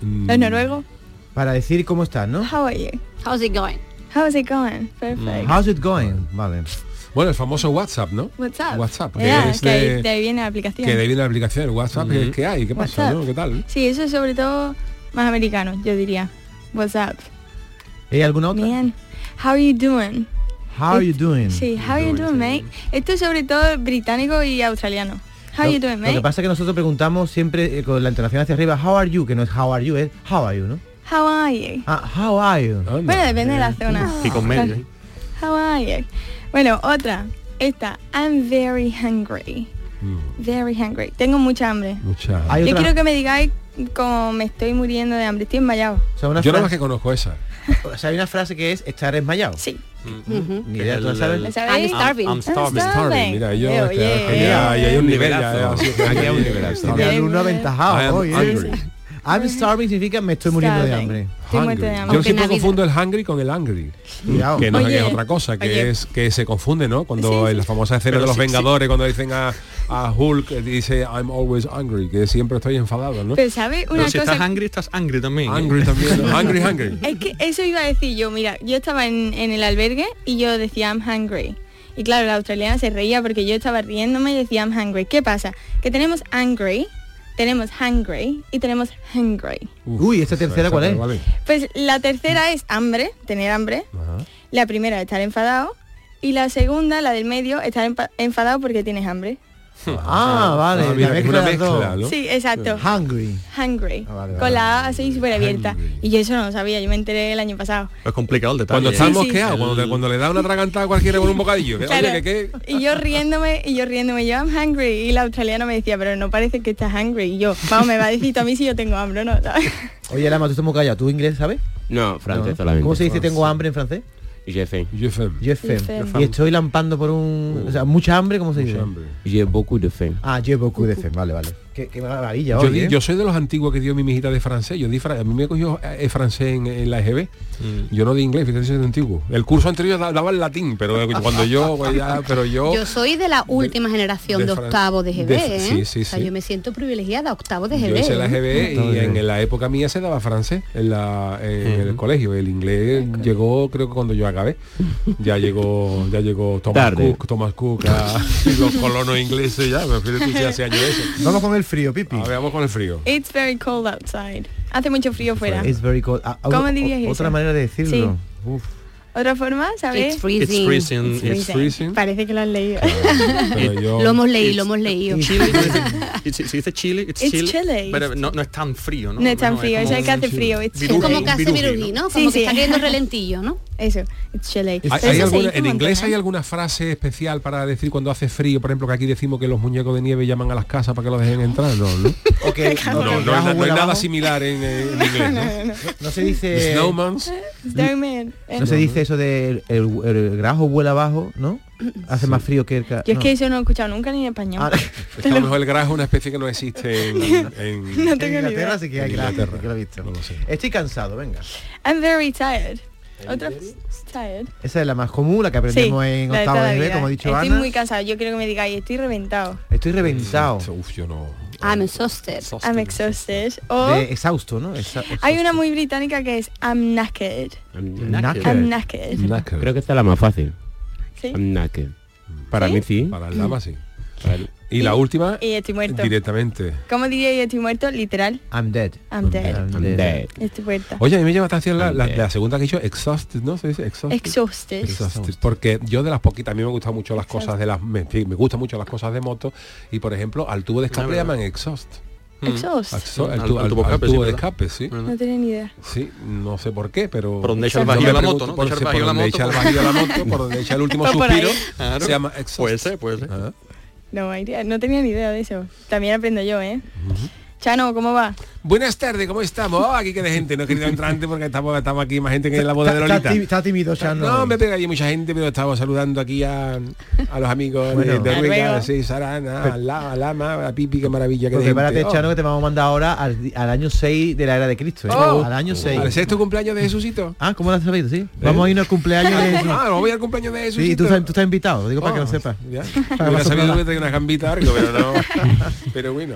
Speaker 8: Mm.
Speaker 10: Los noruegos,
Speaker 9: Para decir cómo estás, ¿no?
Speaker 10: how are you?
Speaker 13: How's it going?
Speaker 10: How's it going? Perfect.
Speaker 9: Mm. How's it going? Vale.
Speaker 8: Bueno, el famoso WhatsApp, ¿no?
Speaker 10: What's up?
Speaker 8: WhatsApp, que
Speaker 10: Yeah,
Speaker 8: es
Speaker 10: que ahí-
Speaker 8: de-
Speaker 10: de ahí viene la aplicación.
Speaker 8: Que de ahí viene la aplicación del WhatsApp, que- ¿qué hay? ¿Qué pasa?
Speaker 10: WhatsApp.
Speaker 8: ¿no? ¿Qué tal?
Speaker 10: Sí, eso es sobre todo más americano, yo diría. What's up?
Speaker 9: ¿Hay alguna otra?
Speaker 10: Man, how you doing?
Speaker 9: How are you doing?
Speaker 10: Sí, how you doing, mate? Esto es sobre todo británico y australiano. How
Speaker 9: Lo-
Speaker 10: you doing,
Speaker 9: Lo que
Speaker 10: mate?
Speaker 9: pasa es que nosotros preguntamos siempre eh, con la entonación hacia arriba, how are you, que no es how are you, es how are you, ¿no?
Speaker 10: How are you?
Speaker 9: Ah, how are you.
Speaker 10: Bueno, depende de la zona.
Speaker 9: Y con medio, ¿eh?
Speaker 10: How are you? Bueno, otra. Esta, I'm very hungry. Very hungry. Tengo mucha hambre.
Speaker 9: Mm. Hay
Speaker 10: Yo
Speaker 9: otra-
Speaker 10: quiero que me digáis como me estoy muriendo de hambre. Estoy enmayado.
Speaker 9: o sea, una
Speaker 8: Yo nada más
Speaker 9: frase-
Speaker 8: que conozco esa.
Speaker 9: *laughs* o sea, hay una frase que es estar desmayado.
Speaker 10: Sí.
Speaker 9: Ni idea, ¿tú la
Speaker 8: El-
Speaker 9: sabes?
Speaker 10: ¿La sabéis? I'm starving. I'm starving.
Speaker 8: Starving, Mira, yo,
Speaker 10: Eh,
Speaker 8: es que-
Speaker 10: oye,
Speaker 8: que ya-
Speaker 9: eh.
Speaker 8: ya hay un
Speaker 9: Un
Speaker 8: nivel. ya,
Speaker 9: nivelazo.
Speaker 8: así que
Speaker 9: Aquí hay un
Speaker 8: eh,
Speaker 9: nivelazo.
Speaker 8: starving.
Speaker 9: Tiene alumno aventajado,
Speaker 8: I am
Speaker 9: oye.
Speaker 8: hungry.
Speaker 9: I'm starving significa me estoy muriendo de
Speaker 8: Starving.
Speaker 9: hambre.
Speaker 10: Estoy muerto de hambre.
Speaker 8: Yo siempre confundo el hungry con el angry.
Speaker 9: Cuidado.
Speaker 8: Que no sé
Speaker 9: Oye.
Speaker 8: qué es otra cosa, que
Speaker 9: Oye.
Speaker 8: es que se confunde, ¿no? Cuando en la famosa escena
Speaker 12: Pero
Speaker 8: de los
Speaker 12: sí, sí.
Speaker 8: Vengadores, cuando dicen a, a Hulk, eh, dice I'm always angry, que siempre estoy enfadado, ¿no?
Speaker 10: Pero ¿sabe una
Speaker 12: si
Speaker 10: cosa?
Speaker 12: estás angry, estás angry también.
Speaker 8: Angry también, ¿no? Angry,
Speaker 10: *laughs*
Speaker 8: angry.
Speaker 10: Es que eso iba a decir yo, mira, yo estaba en, en el albergue y yo decía I'm hungry. Y claro, la australiana se reía porque yo estaba riéndome y decía I'm hungry. ¿Qué pasa? Que tenemos angry, tenemos hungry y tenemos hungry.
Speaker 9: Uy, ¿esta tercera cuál es?
Speaker 10: Pues la tercera es hambre, tener hambre. La primera, estar enfadado. Y la segunda, la del medio, estar empa- enfadado porque tienes hambre.
Speaker 9: Ah, vale,
Speaker 8: Ah,
Speaker 9: la
Speaker 8: mira,
Speaker 9: mezcla
Speaker 8: una
Speaker 9: de las dos.
Speaker 8: mezcla, ¿no?
Speaker 10: Sí, exacto.
Speaker 9: Hungry.
Speaker 10: Hungry.
Speaker 8: Ah, vale,
Speaker 10: Con la A así súper abierta. Y yo eso no lo sabía, yo me enteré el año pasado.
Speaker 12: Es complicado el detalle.
Speaker 8: Cuando
Speaker 12: ¿eh?
Speaker 8: está
Speaker 12: Sí, sí.
Speaker 8: mosqueado, cuando, te- cuando le da una tragantada a cualquiera con un
Speaker 12: *laughs*
Speaker 8: bocadillo. que,
Speaker 10: Claro.
Speaker 8: oye, que, que-
Speaker 10: Y yo riéndome, y yo riéndome, yo I'm hungry. Y la australiana me decía, pero no parece que estás hungry. Y yo, vamos, me va a decir tú a mí si yo tengo hambre, o ¿no?
Speaker 8: *laughs*
Speaker 10: ¿Sabes?
Speaker 9: Oye, Lama, tú estás muy callado. ¿Tú inglés sabes?
Speaker 11: No, francés
Speaker 9: No.
Speaker 11: solamente.
Speaker 9: ¿Cómo se dice tengo hambre en francés?
Speaker 11: Je faim.
Speaker 8: Je faim.
Speaker 9: Yo Y estoy lampando por un... O sea, mucha hambre, ¿cómo se dice?
Speaker 11: J'ai beaucoup de faim.
Speaker 9: Ah, yo beaucoup de faim, vale, vale. Qué, qué maravilla,
Speaker 8: yo,
Speaker 9: oye,
Speaker 8: di-
Speaker 9: ¿eh?
Speaker 8: yo soy de los antiguos que dio mi mijita de francés. Yo di fra- a mí me cogió eh, francés en, en la EGB.
Speaker 9: Mm.
Speaker 8: Yo no di inglés, fíjate soy de antiguo. El curso anterior da- daba el latín, pero cuando
Speaker 9: *laughs*
Speaker 8: yo, pues, ya- pero yo,
Speaker 13: Yo soy de la última generación
Speaker 8: de
Speaker 13: de,
Speaker 8: Fran-
Speaker 13: octavo de GB,
Speaker 8: de-
Speaker 13: ¿eh?
Speaker 8: sí, sí,
Speaker 13: O sea,
Speaker 8: sí.
Speaker 13: yo me siento privilegiada, octavo de
Speaker 8: yo
Speaker 13: GB.
Speaker 8: hice la
Speaker 13: ¿eh?
Speaker 8: EGB y
Speaker 9: Entonces-
Speaker 8: en la época mía se daba francés en, la, en el colegio. El inglés llegó, creo que cuando yo acabé.
Speaker 13: *laughs*
Speaker 8: Ya llegó, ya llegó Thomas
Speaker 5: Tarde.
Speaker 8: Cook, Thomas Cook,
Speaker 9: *laughs*
Speaker 8: a- *laughs* los colonos ingleses ya. Me refiero que hace años de eso.
Speaker 9: Vamos con el frío, Pipi.
Speaker 8: A ver, vamos con el frío.
Speaker 10: It's very cold outside. Hace mucho frío fuera.
Speaker 9: It's very cold. Ah, ah,
Speaker 10: ¿Cómo
Speaker 9: o-
Speaker 10: dirías
Speaker 9: o-
Speaker 10: eso?
Speaker 9: Otra manera de decirlo. Uf.
Speaker 10: ¿Otra forma? ¿Sabes?
Speaker 13: It's freezing. It's freezing,
Speaker 8: it's freezing.
Speaker 10: Parece que lo has leído.
Speaker 8: Pero
Speaker 10: *laughs*
Speaker 8: yo-
Speaker 13: Lo hemos leído, lo hemos leído.
Speaker 9: *laughs*
Speaker 12: Y si, si dice Chile, it's,
Speaker 10: It's
Speaker 12: Chile,
Speaker 10: chilly.
Speaker 12: pero no, no es tan frío, ¿no?
Speaker 10: No es tan frío,
Speaker 12: como
Speaker 10: es el que
Speaker 12: un
Speaker 10: hace frío, it's
Speaker 13: Es
Speaker 12: viruje,
Speaker 13: como que hace
Speaker 12: viruje,
Speaker 13: virugí, ¿no? Como
Speaker 10: Sí,
Speaker 13: que
Speaker 10: sí.
Speaker 13: está cayendo relentillo, ¿no?
Speaker 10: Eso, it's chilly.
Speaker 8: ¿Hay- hay alguna- ¿En inglés hay alguna frase especial para decir cuando hace frío? Por ejemplo, que aquí decimos que los muñecos de nieve llaman a las casas para que los dejen entrar. No, no,
Speaker 10: *laughs*
Speaker 8: no, no, no hay na- no hay nada similar en, eh, en inglés. ¿no? *laughs*
Speaker 9: No se dice.
Speaker 8: Snowman.
Speaker 10: Snowman.
Speaker 9: No se dice eso de el, el- el grajo vuela abajo, ¿no? Hace más frío que el ca-
Speaker 10: Yo es
Speaker 9: no.
Speaker 10: que eso no he escuchado nunca ni en español.
Speaker 9: Ah,
Speaker 8: Es que a lo mejor *laughs* el grajo es una especie que no existe *laughs* en, en-
Speaker 10: No tengo ni
Speaker 9: Inglaterra
Speaker 10: idea.
Speaker 9: sí que hay
Speaker 8: en
Speaker 9: grajo,
Speaker 8: Inglaterra.
Speaker 9: porque lo he visto. Estoy cansado, venga.
Speaker 10: I'm very tired. Otra tired.
Speaker 9: Esa es la más común, la que aprendemos en
Speaker 10: la de
Speaker 9: octavo
Speaker 10: toda la
Speaker 9: de nivel,
Speaker 10: vida.
Speaker 9: como ha dicho
Speaker 10: Estoy
Speaker 9: Ana.
Speaker 10: muy cansado. Yo quiero que me digáis, estoy reventado.
Speaker 9: Estoy reventado.
Speaker 8: Uf, yo no.
Speaker 10: I'm exhausted. I'm exhausted. O
Speaker 9: De exhausto, ¿no? Exa-
Speaker 10: hay una muy británica que es I'm knackered. I'm knackered.
Speaker 11: Creo que esta es la más fácil.
Speaker 10: ¿Sí?
Speaker 11: I'm knackered. Para mí sí.
Speaker 8: Para el lama sí. Y la última,
Speaker 10: Y estoy muerto.
Speaker 8: directamente.
Speaker 10: ¿Cómo diría yo estoy muerto? Literal.
Speaker 9: I'm dead.
Speaker 10: I'm dead.
Speaker 8: I'm dead.
Speaker 10: Estoy muerto.
Speaker 8: Oye, a mí me llama la atención la, la- la segunda que he dicho, exhausted, ¿no? Se dice exhausted.
Speaker 10: Exhausted.
Speaker 8: Exhausted, Porque yo de las poquitas, a mí me gustan mucho las cosas de las, me, en fin, me gustan mucho las cosas de moto y por ejemplo al tubo de escape le llaman exhaust.
Speaker 9: Mm.
Speaker 10: Exhaust.
Speaker 8: Exhaust,
Speaker 12: Al-
Speaker 8: al, tu-
Speaker 12: al
Speaker 8: al- al
Speaker 12: tubo
Speaker 8: tubo,
Speaker 12: escape, sí,
Speaker 8: de
Speaker 12: ¿verdad?
Speaker 8: escape, sí.
Speaker 10: No tenía ni idea.
Speaker 8: Sí, no sé por qué, pero...
Speaker 12: Por donde echa el
Speaker 8: Yo me
Speaker 12: vacío la moto,
Speaker 8: pregunto
Speaker 12: ¿no?
Speaker 8: Por,
Speaker 12: Echa el
Speaker 8: sí, por
Speaker 12: vacío la moto.
Speaker 8: donde
Speaker 12: pues.
Speaker 8: echa el vacío la moto, por donde echa el último
Speaker 10: Va por ahí.
Speaker 8: suspiro,
Speaker 12: Claro.
Speaker 8: se llama exhaust.
Speaker 12: Puede ser, puede ser.
Speaker 8: Ah.
Speaker 10: No, idea- no tenía ni idea de eso. También aprendo yo, ¿eh? Chano, ¿cómo va?
Speaker 8: Buenas tardes, ¿cómo estamos? Oh, aquí que de gente, no he querido entrar antes porque estamos, estamos aquí más gente que en la boda de
Speaker 9: Está- Está,
Speaker 8: Lolita.
Speaker 9: tímido, está tímido, ya no.
Speaker 8: Ah, No, me pega allí mucha gente, pero estaba saludando aquí a, a los amigos
Speaker 9: Bueno.
Speaker 8: de, de
Speaker 9: Hasta
Speaker 8: Rueda,
Speaker 9: luego.
Speaker 8: sí, Sarana, a la, a Lama, a Pipi, qué maravilla que
Speaker 9: Pero
Speaker 8: de
Speaker 9: prepárate,
Speaker 8: gente. Oh.
Speaker 9: Chano, que te vamos a mandar ahora al, al año 6 de la era de Cristo. ¿eh?
Speaker 8: Oh.
Speaker 9: Al año 6.
Speaker 8: Al sexto cumpleaños de Jesucito. ¿Eh?
Speaker 9: Ah, ¿cómo lo has sabido? Sí. Vamos a irnos al cumpleaños de Jesús.
Speaker 8: *laughs* Ah, vamos a ir al cumpleaños de Jesucito.
Speaker 9: Sí, tú, estás- tú estás invitado, lo digo para que lo
Speaker 8: Oh,
Speaker 9: sepas.
Speaker 8: Ya.
Speaker 9: Para
Speaker 8: Hubiera
Speaker 9: más
Speaker 8: sabido
Speaker 9: soplada.
Speaker 8: que tenía una gambita o algo, pero no.
Speaker 9: *laughs*
Speaker 8: Pero bueno.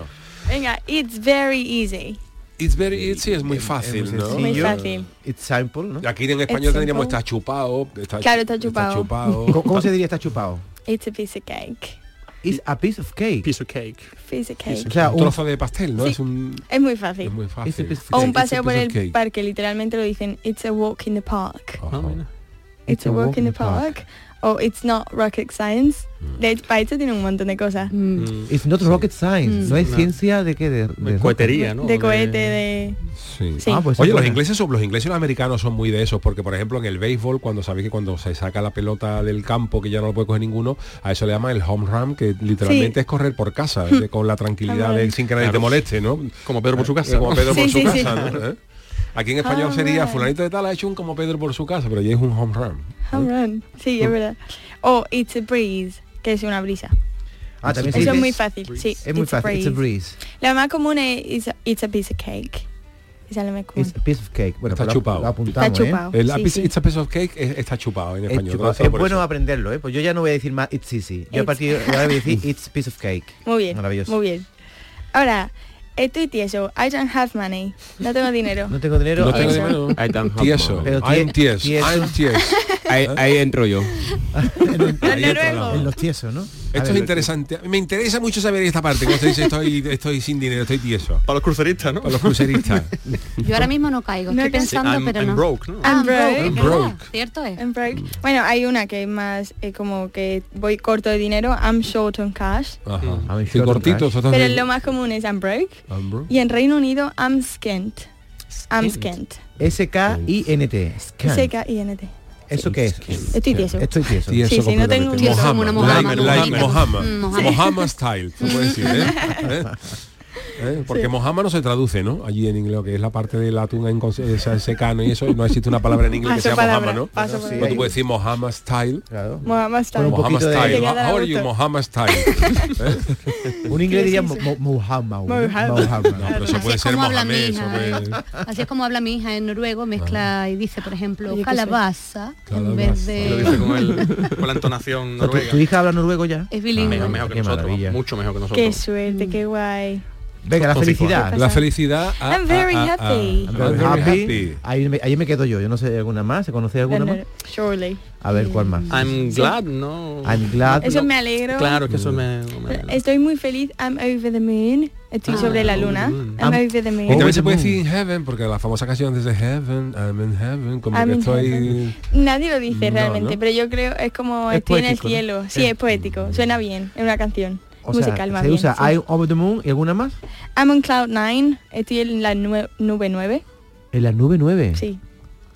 Speaker 10: Venga, it's very easy.
Speaker 8: It's very easy, es muy fácil,
Speaker 9: muy
Speaker 8: ¿no?
Speaker 9: sencillo.
Speaker 10: Muy fácil.
Speaker 9: It's simple, ¿no?
Speaker 8: Aquí en español
Speaker 10: It's
Speaker 8: tendríamos
Speaker 10: simple.
Speaker 8: está chupado. Está,
Speaker 10: Claro, está chupado.
Speaker 9: *laughs*
Speaker 8: chupado.
Speaker 9: ¿Cómo, cómo se diría está chupado?
Speaker 10: It's a piece of cake.
Speaker 9: It's a piece of cake.
Speaker 12: Piece of cake.
Speaker 10: Piece of cake.
Speaker 9: O sea,
Speaker 8: un
Speaker 9: un-
Speaker 8: trozo de pastel, ¿no?
Speaker 10: Sí.
Speaker 8: Es un
Speaker 10: Es muy fácil.
Speaker 8: es muy
Speaker 9: It's a
Speaker 8: fácil.
Speaker 9: piece of
Speaker 10: o un
Speaker 9: cake.
Speaker 10: paseo por
Speaker 8: piece
Speaker 10: el
Speaker 8: of cake.
Speaker 10: parque, literalmente lo dicen, it's a walk in the park.
Speaker 8: Ajá.
Speaker 10: It's, a walk, in the park. O it's not rocket science. De hecho, para esto tiene un montón de cosas.
Speaker 9: It's not rocket science. No es
Speaker 12: No.
Speaker 9: ciencia de qué? De, de
Speaker 12: Cohetería, ¿no?
Speaker 10: de cohete, de...
Speaker 8: Sí.
Speaker 10: Sí.
Speaker 9: Ah, pues
Speaker 8: Oye,
Speaker 9: es
Speaker 8: los
Speaker 9: buena.
Speaker 8: ingleses, son, los ingleses y los americanos son muy de esos, porque por ejemplo en el béisbol, cuando sabéis que cuando se saca la pelota del campo, que ya no lo puede coger ninguno, a eso le llaman el home run, que literalmente
Speaker 10: Sí.
Speaker 8: es correr por casa, es de- con la tranquilidad
Speaker 10: Home
Speaker 8: de,
Speaker 10: run.
Speaker 8: sin que nadie te
Speaker 12: Claro.
Speaker 8: moleste, ¿no?
Speaker 12: Como Pedro por su casa.
Speaker 8: Eh, Como
Speaker 12: ¿no?
Speaker 8: Pedro por
Speaker 10: Sí,
Speaker 8: su
Speaker 10: sí, sí. Ah,
Speaker 8: casa, ¿no? ¿Eh? Aquí en español
Speaker 10: Home
Speaker 8: sería
Speaker 10: run.
Speaker 8: fulanito de tal ha hecho un como Pedro por su casa, pero ya es un home run.
Speaker 10: Home run. Sí, es verdad. O it's a breeze, que es una brisa.
Speaker 9: Ah, también se
Speaker 10: Eso es
Speaker 9: dice-
Speaker 10: muy fácil. Sí,
Speaker 9: Es muy
Speaker 10: it's a
Speaker 9: fácil. It's a
Speaker 10: breeze.
Speaker 9: breeze.
Speaker 10: La más común es it's a, it's a piece of cake. Esa es la más común.
Speaker 9: It's a piece of cake. Bueno,
Speaker 8: Está
Speaker 9: pues lo-
Speaker 8: chupado.
Speaker 9: Lo apuntamos,
Speaker 10: Está
Speaker 9: ¿eh?
Speaker 10: chupado.
Speaker 8: El
Speaker 10: Sí,
Speaker 8: piece-
Speaker 10: sí.
Speaker 8: It's a piece of cake es- está chupado en
Speaker 9: Es
Speaker 8: español.
Speaker 9: chupado.
Speaker 8: gracias
Speaker 9: Es
Speaker 8: por
Speaker 9: bueno
Speaker 8: eso.
Speaker 9: aprenderlo, ¿eh? Pues yo ya no voy a decir más it's easy. Yo a
Speaker 10: It's-
Speaker 9: partir de ahora voy a
Speaker 10: *laughs*
Speaker 9: decir it's piece of cake.
Speaker 10: Muy bien.
Speaker 9: Maravilloso.
Speaker 10: Muy bien. Ahora, estoy tieso. I don't have money. No tengo dinero.
Speaker 9: *laughs* No tengo dinero.
Speaker 8: No
Speaker 9: ah,
Speaker 8: tengo
Speaker 9: eso.
Speaker 8: dinero.
Speaker 11: I don't have
Speaker 8: Tieso.
Speaker 11: money.
Speaker 9: Pero
Speaker 8: I'm
Speaker 9: tie-
Speaker 8: tieso.
Speaker 9: tieso.
Speaker 8: I'm tieso.
Speaker 11: Ahí, ahí entro yo.
Speaker 10: Los
Speaker 9: En
Speaker 10: noruegos.
Speaker 9: los tiesos, ¿no? A
Speaker 8: Esto
Speaker 9: ver,
Speaker 8: es interesante. Me interesa mucho saber esta parte. Cuando se dice estoy, estoy sin dinero, estoy tieso.
Speaker 12: Para los cruceristas, ¿no?
Speaker 8: Para los
Speaker 9: *laughs*
Speaker 8: cruceristas.
Speaker 13: Yo ahora mismo no caigo, estoy
Speaker 10: No caigo.
Speaker 12: Sí,
Speaker 13: pensando,
Speaker 12: I'm-
Speaker 13: pero
Speaker 12: I'm
Speaker 13: no.
Speaker 12: broke, ¿no?
Speaker 13: Ah,
Speaker 10: I'm broke.
Speaker 13: es
Speaker 8: I'm
Speaker 13: verdad,
Speaker 8: broke.
Speaker 13: Cierto es.
Speaker 10: I'm broke. Bueno, hay una que es más eh, como que voy corto de dinero. I'm short on cash.
Speaker 9: A
Speaker 8: Ajá.
Speaker 9: mí
Speaker 8: Estoy
Speaker 9: short
Speaker 8: cortito.
Speaker 9: cash.
Speaker 8: nosotros-
Speaker 10: Pero lo más común es I'm broke.
Speaker 8: I'm broke.
Speaker 10: Y en Reino Unido, I'm skint. I'm skint.
Speaker 9: S-K-I-N-T. Scan.
Speaker 10: S-K-I-N-T.
Speaker 9: ¿Eso qué es?
Speaker 10: Estoy tieso.
Speaker 9: Estoy tieso.
Speaker 8: Tieso
Speaker 10: sí, no tengo-
Speaker 8: completamente.
Speaker 10: Tieso
Speaker 13: como una
Speaker 8: Mohammed,
Speaker 13: Mohammed,
Speaker 8: like, like Mohammed.
Speaker 13: Mm,
Speaker 8: Mohammed.
Speaker 13: Mohammed.
Speaker 8: style, se puede decir,
Speaker 10: *laughs*
Speaker 8: ¿eh? ¿Eh? ¿Eh? Porque Mohammed no se traduce, ¿no? Allí en inglés, que es la parte del atún en conse- o sea, secano y eso, no existe una palabra en inglés que
Speaker 10: Paso
Speaker 8: sea
Speaker 10: palabra,
Speaker 8: Mohammed, ¿no?
Speaker 10: paso
Speaker 8: Pero
Speaker 10: palabra.
Speaker 8: tú puedes decir Mohammed style. Pues
Speaker 9: Claro.
Speaker 10: Mohammed
Speaker 9: Con un
Speaker 10: style.
Speaker 8: Mohammed
Speaker 9: poquito de-
Speaker 8: style.
Speaker 10: Te queda
Speaker 8: How are you,
Speaker 10: gusto.
Speaker 8: Mohammed
Speaker 10: *laughs*
Speaker 8: style? ¿Eh?
Speaker 9: Un inglés diría
Speaker 10: Tieso.
Speaker 9: mo- mo- Muhammad. ¿no?
Speaker 10: Muhammad.
Speaker 9: Muhammad.
Speaker 8: No, pero
Speaker 10: Así
Speaker 8: eso
Speaker 10: es
Speaker 8: puede ser
Speaker 13: como habla
Speaker 8: Mohamed.
Speaker 13: mi
Speaker 8: eso
Speaker 13: hija, ¿eh?
Speaker 8: puede-
Speaker 13: Así es como habla mi hija en noruego, mezcla y dice, por ejemplo,
Speaker 10: Oye, qué
Speaker 13: calabaza,
Speaker 8: Calabaza.
Speaker 13: en vez
Speaker 12: Y Lo
Speaker 13: de...
Speaker 12: dice con, el- con la entonación
Speaker 9: O sea, ¿tu, tu
Speaker 12: noruega.
Speaker 9: hija habla noruego ya?
Speaker 13: Es
Speaker 12: Ah,
Speaker 13: bilingüe.
Speaker 12: mejor, mejor que
Speaker 9: Qué
Speaker 12: nosotros,
Speaker 9: maravilla.
Speaker 12: mucho mejor que
Speaker 10: Qué
Speaker 12: nosotros.
Speaker 10: suerte, qué guay.
Speaker 9: Venga, la
Speaker 8: Con cinco
Speaker 9: felicidad.
Speaker 8: años. La felicidad. a-
Speaker 10: I'm very
Speaker 8: a- a- a-
Speaker 10: happy.
Speaker 8: I'm
Speaker 9: I'm
Speaker 8: very
Speaker 9: very
Speaker 8: happy.
Speaker 9: happy. Ahí me, ahí me quedo yo. Yo no sé alguna más. ¿Se conoce alguna más?
Speaker 10: Surely.
Speaker 9: A ver, ¿cuál más?
Speaker 12: I'm *laughs* glad, ¿no?
Speaker 9: I'm glad.
Speaker 10: Eso me alegro.
Speaker 12: Claro, es que eso me...
Speaker 10: Estoy muy feliz. I'm over the moon.
Speaker 8: Ah,
Speaker 10: Estoy sobre la luna. I'm,
Speaker 8: Am-
Speaker 10: over the
Speaker 8: Y
Speaker 10: moon.
Speaker 8: también se puede decir in heaven, porque la famosa canción dice heaven, I'm in heaven, como
Speaker 10: I'm
Speaker 8: que
Speaker 10: in
Speaker 8: estoy...
Speaker 10: heaven. Nadie lo dice
Speaker 8: No,
Speaker 10: realmente,
Speaker 8: ¿no?
Speaker 10: pero yo creo es como
Speaker 8: Es
Speaker 10: estoy
Speaker 8: poético, ¿no? Eh.
Speaker 10: en el cielo. Sí, es poético. Suena bien. Es una canción.
Speaker 9: O sea,
Speaker 10: musical más
Speaker 9: se
Speaker 10: bien.
Speaker 9: usa
Speaker 10: sí.
Speaker 9: I'm over the moon y alguna más.
Speaker 10: I'm on cloud 9. Estoy en la nue- nube 9.
Speaker 9: En la nube 9.
Speaker 10: Sí.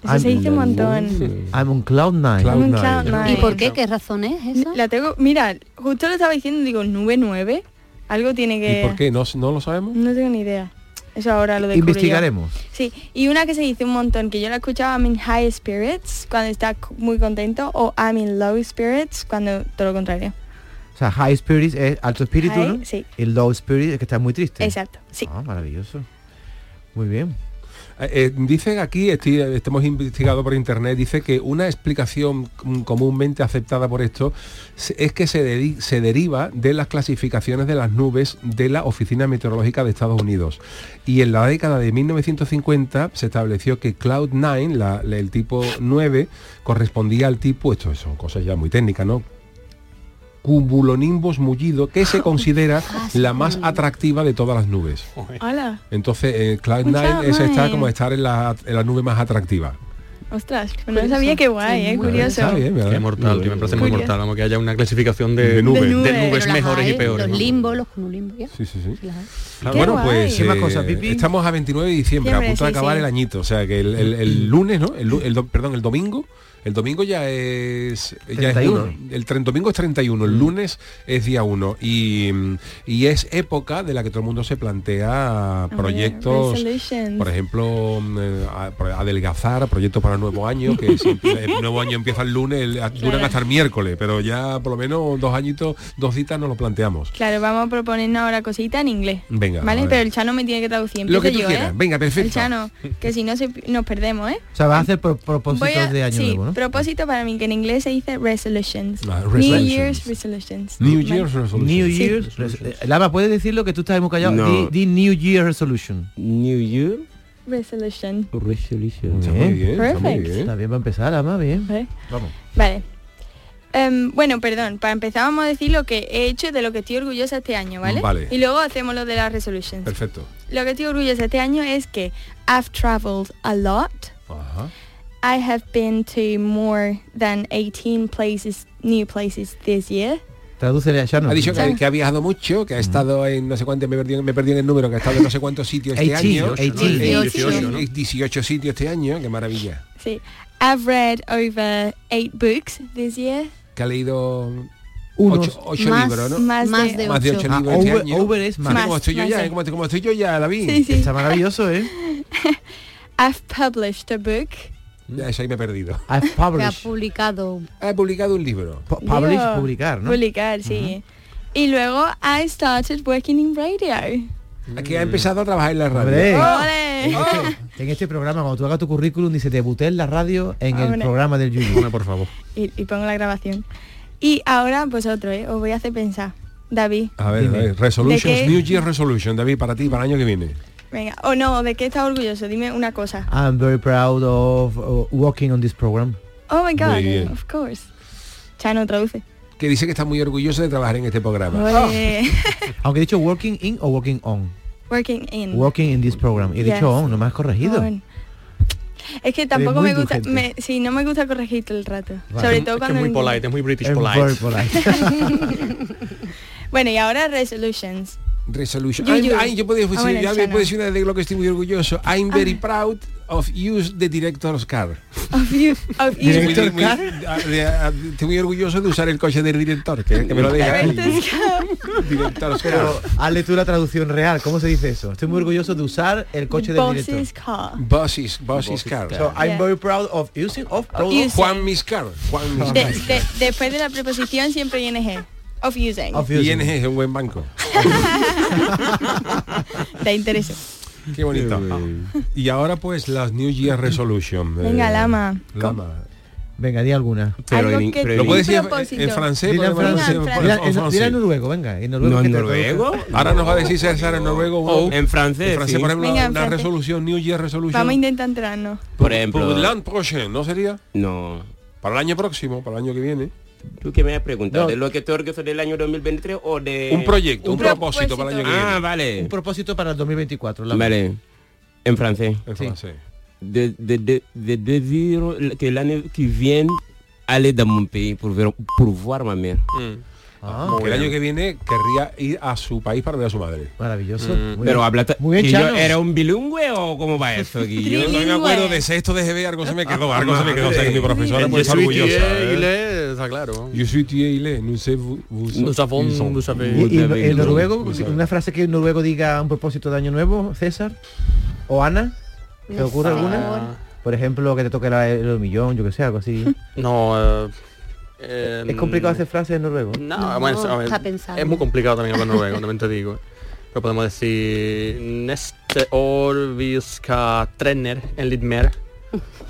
Speaker 10: Eso se dice un montón.
Speaker 9: I'm on cloud 9.
Speaker 10: I'm on cloud nine.
Speaker 13: ¿Y por qué? ¿Qué razón es esa?
Speaker 10: La tengo, mira, justo lo estaba diciendo, digo, nube 9. Algo tiene que...
Speaker 8: ¿Y por qué? ¿No, no lo sabemos?
Speaker 10: No tengo ni idea. Eso ahora lo descubrí yo.
Speaker 8: Investigaremos.
Speaker 10: Sí, y una que se dice un montón, que yo la escuchaba, I'm in high spirits, cuando está c- muy contento, o I'm in low spirits, cuando todo lo contrario.
Speaker 9: O sea, high spirits es alto espíritu,
Speaker 10: High,
Speaker 9: ¿no?
Speaker 10: sí.
Speaker 9: Y low spirit es que está muy triste.
Speaker 10: Exacto, sí.
Speaker 9: Ah, maravilloso. Muy bien.
Speaker 8: Eh, eh, dicen aquí, esti- estamos investigado por internet, dice que una explicación com- comúnmente aceptada por esto se- es que se, deri- se deriva de las clasificaciones de las nubes de la Oficina Meteorológica de Estados Unidos. Y en la década de 1950 se estableció que Cloud 9, la- la- el tipo 9, correspondía al tipo, esto son cosas ya muy técnicas, ¿no? Cumulonimbus mullido, que se considera la más atractiva de todas las nubes.
Speaker 10: Hola,
Speaker 8: Entonces, eh, Cloud
Speaker 10: Mucha
Speaker 8: 9 es estar
Speaker 10: madre.
Speaker 8: como estar en la, en la nube más atractiva.
Speaker 10: ostras, pues no sabía que guay, es curioso.
Speaker 12: Qué mortal, tío, me parece muy
Speaker 8: Curioso.
Speaker 12: mortal. Vamos, que haya una clasificación de,
Speaker 8: nubes.
Speaker 12: de nubes
Speaker 8: nubes.
Speaker 13: Pero las
Speaker 12: mejores
Speaker 13: hay,
Speaker 12: y peores.
Speaker 13: Los
Speaker 12: ¿no?
Speaker 13: limbos, los cumulimbos. ¿ya?
Speaker 8: Sí, sí, sí.
Speaker 13: Las hay.
Speaker 8: Claro, bueno, pues
Speaker 9: ¿Qué más
Speaker 8: eh,
Speaker 9: cosas, Pipi?
Speaker 8: estamos a 29 de diciembre,
Speaker 9: Diciembre,
Speaker 8: a punto de
Speaker 9: sí, Mm.
Speaker 8: acabar
Speaker 9: sí.
Speaker 8: el añito. O sea que el, el- el lunes, ¿no? El, lu- el do- perdón, el domingo. El domingo ya es... Ya es
Speaker 9: 31.
Speaker 8: lunes. el tre- domingo es 31,
Speaker 9: Mm.
Speaker 8: el lunes es día 1 y, mm, y es época de la que todo el mundo se plantea proyectos,
Speaker 10: Resolutions.
Speaker 8: por ejemplo, mm, eh, a- pro- adelgazar, proyectos para el nuevo año, que siempre- el nuevo año empieza el lunes, el- duran hasta el miércoles, pero ya por lo menos dos añitos, dos citas nos lo planteamos.
Speaker 10: Claro, vamos a proponernos ahora cosita en inglés.
Speaker 8: Venga,
Speaker 10: ¿Vale?
Speaker 8: a ver.
Speaker 10: Pero el chano me tiene que traducir.
Speaker 8: Lo que
Speaker 10: empiezo
Speaker 8: tú
Speaker 10: yo,
Speaker 8: quieras.
Speaker 10: ¿eh?
Speaker 8: Venga, perfecto.
Speaker 10: El chano, que si no se pi- nos perdemos, ¿eh?
Speaker 9: O sea, vas a hacer pro- propósitos
Speaker 10: Voy a-
Speaker 9: de año
Speaker 10: sí,
Speaker 9: nuevo, ¿no?
Speaker 10: propósito para mí, que en inglés se dice resolutions.
Speaker 9: Ah,
Speaker 10: New
Speaker 9: resolutions.
Speaker 10: Year's resolutions. Vale.
Speaker 9: New
Speaker 10: Sí.
Speaker 9: Year's Resolution. Lama, ¿puedes decir lo que tú estás muy callado?
Speaker 11: No.
Speaker 9: Di, di New Year Resolution.
Speaker 11: New Year
Speaker 10: Resolution.
Speaker 11: Resolution.
Speaker 9: Está
Speaker 11: muy bien,
Speaker 10: está muy Perfect. bien.
Speaker 9: Está bien para empezar, Lama, bien.
Speaker 10: Vale.
Speaker 9: Vamos.
Speaker 10: Vale. Em, bueno, perdón, para empezar vamos a decir lo que he hecho y de lo que estoy orgullosa este año, ¿vale?
Speaker 8: Vale.
Speaker 10: Y luego hacemos lo de las resolutions.
Speaker 8: Perfecto.
Speaker 10: Lo que estoy orgullosa este año es que I've traveled a lot.
Speaker 8: Ajá.
Speaker 10: I have been to more than 18 places, new places this year.
Speaker 9: Tradúcele a Shannon. Mm.
Speaker 8: Ha dicho que, que ha viajado mucho, que ha estado en no sé cuánto, me perdí, me perdí en el número, que ha estado en no sé cuántos sitios este
Speaker 9: 18,
Speaker 8: año.
Speaker 9: 18, ¿no?
Speaker 8: 18,
Speaker 9: 18,
Speaker 8: ¿no? 18 sitios este año, qué maravilla.
Speaker 10: Sí. I've read over eight books this year.
Speaker 8: Que ha leído
Speaker 9: Unos
Speaker 8: 8,
Speaker 10: Más-
Speaker 8: libros, ¿no?
Speaker 10: más Más de- de
Speaker 8: más de
Speaker 10: ocho.
Speaker 8: 8
Speaker 10: Ah,
Speaker 8: libros este
Speaker 10: over-
Speaker 8: año.
Speaker 10: over es
Speaker 8: Sí,
Speaker 10: más.
Speaker 8: Como estoy yo
Speaker 10: Más,
Speaker 8: ya, eh,
Speaker 10: sí.
Speaker 8: como, como estoy yo ya, David.
Speaker 10: Sí, sí. Está
Speaker 9: maravilloso, ¿eh?
Speaker 10: *laughs* I've published a book.
Speaker 8: Ya, eso ahí me he perdido.
Speaker 9: Ah,
Speaker 13: Que ha publicado.
Speaker 8: Ha publicado un libro.
Speaker 9: Publish, publicar, ¿no?
Speaker 10: Publicar, sí. Y luego I started working in radio.
Speaker 8: Que ha empezado a trabajar en la radio.
Speaker 9: Hombre.
Speaker 10: ¡Ah! Ole.
Speaker 9: En este- En este programa, cuando tú hagas tu currículum, dice debuté en la radio en el
Speaker 10: Hombre.
Speaker 9: programa del Yuyu.
Speaker 12: Pone, por favor.
Speaker 10: *laughs* Y, y pongo la grabación. Y ahora vosotros, ¿eh? Os voy a hacer pensar. David,
Speaker 8: A ver, a ver,
Speaker 10: ¿De
Speaker 8: resolutions,
Speaker 10: qué?
Speaker 8: New Year Resolution, David, para ti, para el año que viene.
Speaker 10: venga. O no, ¿de qué estás orgulloso? Dime una cosa.
Speaker 9: I'm very proud of uh, working on this program.
Speaker 10: Oh my
Speaker 8: Muy bien.
Speaker 10: god, of course. Chano traduce.
Speaker 8: Que dice que está muy orgulloso de trabajar en este programa.
Speaker 10: Ole. *laughs*
Speaker 9: Aunque he dicho working in o working on.
Speaker 10: Working in.
Speaker 9: Working in this program. Y he
Speaker 10: Yes.
Speaker 9: dicho on, no me has corregido.
Speaker 10: On. Es que tampoco
Speaker 9: muy
Speaker 10: me gusta,
Speaker 9: indulgente.
Speaker 10: me, sí, no me gusta corregir todo el rato.
Speaker 9: Vale.
Speaker 10: Sobre
Speaker 9: Es
Speaker 10: todo
Speaker 9: que
Speaker 10: cuando
Speaker 9: es muy
Speaker 10: en-
Speaker 12: Polite, es muy British
Speaker 9: Es
Speaker 12: polite.
Speaker 9: very polite.
Speaker 10: Bueno, y ahora resolutions.
Speaker 8: Resolution.
Speaker 10: Yo-
Speaker 8: I'm-
Speaker 10: yo-
Speaker 8: ay, yo podía decir,
Speaker 10: Ah, bueno,
Speaker 8: ya
Speaker 10: ya
Speaker 8: me
Speaker 10: no.
Speaker 8: puedo decir una de lo que estoy muy orgulloso. I'm
Speaker 10: Ah.
Speaker 8: very proud of you, the director's car.
Speaker 10: Of you, of you.
Speaker 8: Muy- muy- ah, de- ah, Estoy muy orgulloso de usar el coche del director, que, que me lo deja.
Speaker 10: Director's car. *laughs*
Speaker 8: Director's car.
Speaker 9: Pero hazle tú la traducción real. ¿Cómo se dice eso? Estoy muy orgulloso de usar el coche del
Speaker 10: Boss's
Speaker 9: director.
Speaker 10: car.
Speaker 8: Bosses, bosses car.
Speaker 9: So I'm
Speaker 10: Ah. Yeah.
Speaker 9: very proud of using of
Speaker 10: Using.
Speaker 8: Juan Miscar. Juan
Speaker 9: Ah,
Speaker 10: De-
Speaker 8: Miscar.
Speaker 10: de- después de la preposición siempre ING. Of using.
Speaker 8: Of using. ING es un buen banco.
Speaker 10: Te interesó.
Speaker 8: Qué bonito. Y ahora pues las New Year Resolution.
Speaker 10: Venga, Lama.
Speaker 8: Lama.
Speaker 9: Venga, di alguna.
Speaker 11: Pero Algo en- que pero en-
Speaker 8: ¿Lo puedes decir en-
Speaker 11: propósito.
Speaker 8: en francés?
Speaker 9: Dila en
Speaker 8: Podemos
Speaker 9: francés.
Speaker 8: decir en
Speaker 9: Dila-
Speaker 8: fran- en
Speaker 9: en- dila en
Speaker 8: francés.
Speaker 9: noruego, venga. En noruego.
Speaker 8: No,
Speaker 9: que
Speaker 8: en
Speaker 9: te
Speaker 8: noruego.
Speaker 9: traduzca.
Speaker 8: Ahora nos va a decir César en noruego.
Speaker 11: O Oh, en francés,
Speaker 8: En francés,
Speaker 11: sí.
Speaker 8: por ejemplo,
Speaker 10: Venga, en
Speaker 8: una
Speaker 10: francés.
Speaker 8: resolución, New Year Resolution.
Speaker 10: Vamos a intentar entrarnos.
Speaker 11: Por ejemplo.
Speaker 8: Pour l'an prochain, ¿no sería?
Speaker 11: No.
Speaker 8: Para el año próximo, para el año que viene.
Speaker 11: ¿Tú qué me has preguntado? ¿De lo que te orgulloso del año 2023 o de...?
Speaker 8: Un proyecto, un Un propósito para el año que viene.
Speaker 11: Ah, vale.
Speaker 9: Un propósito para el 2024. la-
Speaker 11: Vale. En francés.
Speaker 8: En francés.
Speaker 11: De, de, de, de, de dire que l'année qui vient, aller dans mon pays pour, ver- pour voir ma mère.
Speaker 9: Ah,
Speaker 8: Como el año Mm. que viene querría ir a su país para ver a su madre. Mm.
Speaker 9: Maravilloso.
Speaker 11: Muy Pero bien. habla ta-
Speaker 9: Muy bien,
Speaker 11: que yo
Speaker 9: Chano.
Speaker 11: era un bilingüe o cómo va eso aquí?
Speaker 8: Yo no me acuerdo de sexto de GB, algo se me quedó, algo se me quedó. O sea, que mi profesora puede estar orgullosa. ¿eh?
Speaker 12: está claro.
Speaker 8: Yo soy tía Ile, no sé, vous, vous-
Speaker 12: Nous avons-
Speaker 8: ils sont-
Speaker 12: nous savez.
Speaker 9: Y, y
Speaker 8: Vous
Speaker 9: en noruego,
Speaker 8: vous savez.
Speaker 9: una frase que en noruego diga un propósito de año nuevo, César o Ana, ¿te
Speaker 12: Por
Speaker 9: ocurre
Speaker 12: favor.
Speaker 9: alguna? Por ejemplo, que te toque la- el millón, yo que sé,
Speaker 12: *laughs*
Speaker 9: algo así.
Speaker 12: No, eh,
Speaker 9: es complicado hacer frases en noruego.
Speaker 12: No, bueno, a ver,
Speaker 13: está pensado.
Speaker 12: mm, es muy complicado también hablar noruego, también te digo. Pero podemos decir Neste år vi ska trener en litt mer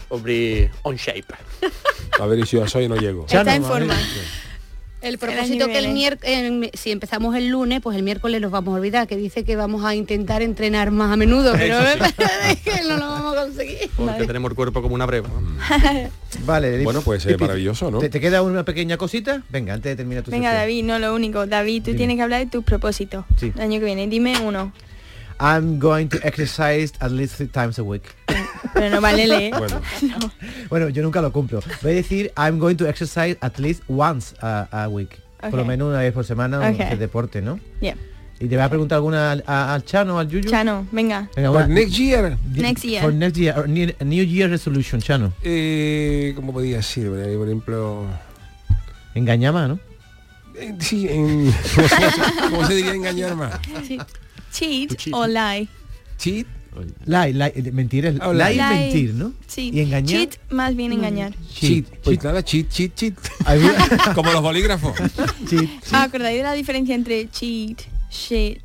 Speaker 12: og bli on shape.
Speaker 8: A ver, y si yo soy no llego.
Speaker 12: Está en forma.
Speaker 13: El
Speaker 10: Serán
Speaker 13: propósito que el
Speaker 14: ¿eh?
Speaker 10: niveles.
Speaker 13: miércoles, si empezamos el lunes, pues el miércoles los vamos a olvidar, que dice que vamos a intentar entrenar más a menudo, pero
Speaker 12: Eso
Speaker 13: que no lo vamos a conseguir.
Speaker 12: Porque tenemos el cuerpo como una breva.
Speaker 9: Vale.
Speaker 8: Bueno, pues eh, maravilloso, ¿no?
Speaker 9: ¿Te, te queda una pequeña cosita? Venga, antes de terminar tu
Speaker 10: Venga,
Speaker 9: sección.
Speaker 10: David, no lo único. David, tú
Speaker 9: Dime.
Speaker 10: tienes que hablar de tus propósitos.
Speaker 9: Sí.
Speaker 10: El año que viene, dime uno.
Speaker 9: I'm going to exercise at least three times a week.
Speaker 10: Pero no vale leer.
Speaker 9: Bueno. Bueno, yo nunca lo cumplo. Voy a decir I'm going to exercise at least once a, a week. Por lo
Speaker 10: Ok.
Speaker 9: menos una vez por semana o
Speaker 10: Ok.
Speaker 9: hacer deporte, ¿no?
Speaker 10: Yeah.
Speaker 9: ¿Y te vas a preguntar alguna al, a- al Chano, al Yuyu?
Speaker 10: Chano, venga.
Speaker 9: Venga,
Speaker 8: For
Speaker 9: una-
Speaker 8: next year.
Speaker 10: Next year.
Speaker 9: For next year, or ne- New Year Resolution, Chano.
Speaker 8: Eh, ¿Cómo podía decir? Eh, Por ejemplo...
Speaker 9: Engañama, ¿no?
Speaker 8: eh, Sí, en- *laughs* ¿cómo, se, cómo se diría engañar más?
Speaker 10: Sí. Cheat o lie.
Speaker 8: Cheat.
Speaker 9: Lie, lie, mentir es
Speaker 8: Hola.
Speaker 9: lie es
Speaker 10: Lie.
Speaker 9: mentir, ¿no?
Speaker 10: Sí.
Speaker 9: Y engañar.
Speaker 10: Cheat más bien engañar.
Speaker 8: Cheat. Pues nada, cheat, cheat,
Speaker 9: *laughs*
Speaker 8: cheat. *laughs* Como los bolígrafos.
Speaker 10: Ah, ¿Acordáis de la diferencia entre cheat, shit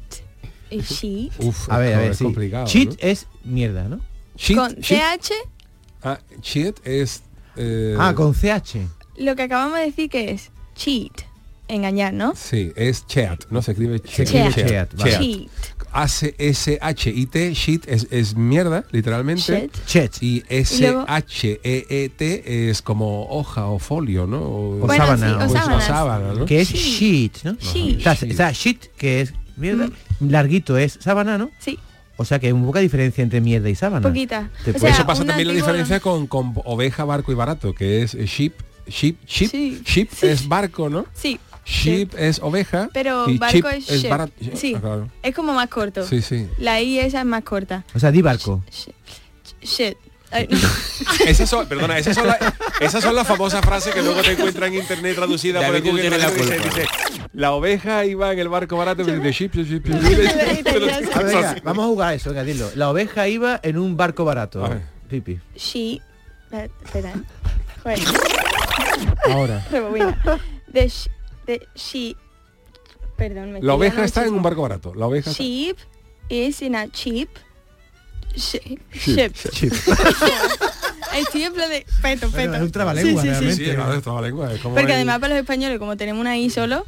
Speaker 10: eh, y sheet?
Speaker 8: Uf,
Speaker 9: a ver, a ver,
Speaker 8: es
Speaker 9: sí.
Speaker 8: complicado,
Speaker 9: Cheat
Speaker 8: ¿no?
Speaker 9: es mierda, ¿no?
Speaker 8: Cheat,
Speaker 10: Con
Speaker 8: cheat.
Speaker 10: TH,
Speaker 8: Ah, cheat es... eh,
Speaker 9: Ah, con CH.
Speaker 10: lo que acabamos de decir que es cheat, engañar, ¿no?
Speaker 8: Sí, es cheat, no se escribe cheat.
Speaker 10: Cheat.
Speaker 9: Cheat, vale.
Speaker 10: Cheat.
Speaker 8: A-C-S-H-I-T, shit es, es mierda, literalmente.
Speaker 10: Shit.
Speaker 9: Cheat.
Speaker 8: Y
Speaker 10: luego-
Speaker 8: S-H-E-E-T E es como hoja o folio, ¿no? O,
Speaker 9: O Bueno, sábana, sí, o
Speaker 8: pues,
Speaker 10: sábanas.
Speaker 8: sábana, ¿no?
Speaker 9: Que es
Speaker 10: Sheet.
Speaker 9: sheet, ¿no?
Speaker 10: Sheet.
Speaker 9: O sea, o sea, sheet, que es mierda, larguito es sábana, ¿no?
Speaker 10: Sí,
Speaker 9: O sea que hay un poca diferencia entre mierda y sábana.
Speaker 10: poquita.
Speaker 9: Te
Speaker 10: O
Speaker 9: puede-
Speaker 10: sea,
Speaker 8: Eso pasa
Speaker 10: un
Speaker 8: también la
Speaker 10: antiguo-
Speaker 8: diferencia con, con oveja, barco y barato, que es ship, ship, ship.
Speaker 10: Sí.
Speaker 8: Ship
Speaker 10: Sí.
Speaker 8: es barco, ¿no?
Speaker 10: Sí,
Speaker 8: Ship es oveja.
Speaker 10: pero
Speaker 8: y
Speaker 10: barco
Speaker 8: chip
Speaker 10: es,
Speaker 8: es
Speaker 10: ship.
Speaker 8: barato.
Speaker 10: Sí,
Speaker 8: Ah, claro.
Speaker 10: es como más corto.
Speaker 8: Sí, sí.
Speaker 10: La I esa es más corta.
Speaker 9: O sea, di barco.
Speaker 10: Shit. Shit. Ay, no.
Speaker 8: *laughs* Esas son, perdona, esas son, la- esas son las famosas frases que luego te encuentras en internet traducida por el
Speaker 11: David, tú
Speaker 8: Google.
Speaker 11: tienes la
Speaker 8: Translate,
Speaker 11: culpa.
Speaker 8: dice, la oveja iba en el barco barato pero de ship, ship, ship,
Speaker 10: *laughs*
Speaker 8: ship, *laughs* ship". Pero-
Speaker 9: A ver, venga, vamos a jugar a eso, venga, dilo. La oveja iba en un barco barato.
Speaker 8: A ver.
Speaker 9: Pipi.
Speaker 10: She. eh, Espera. Joder,
Speaker 9: Ahora.
Speaker 10: rebobina. The sh- the she. Perdón, me
Speaker 8: La oveja está en
Speaker 10: un
Speaker 8: un barco barato. La oveja está-
Speaker 10: Sheep is in a cheap. Ship.
Speaker 8: Ship.
Speaker 10: Ship.
Speaker 9: *laughs*
Speaker 10: *laughs* Estoy en plan de peto,
Speaker 9: Bueno,
Speaker 10: peto.
Speaker 9: es un
Speaker 10: Sí,
Speaker 9: trabalengua,
Speaker 10: sí, sí.
Speaker 9: realmente.
Speaker 8: Sí, claro, es trabalengua, es como
Speaker 10: Porque
Speaker 8: el-
Speaker 10: además para los españoles, como tenemos una
Speaker 9: Mm.
Speaker 10: I solo,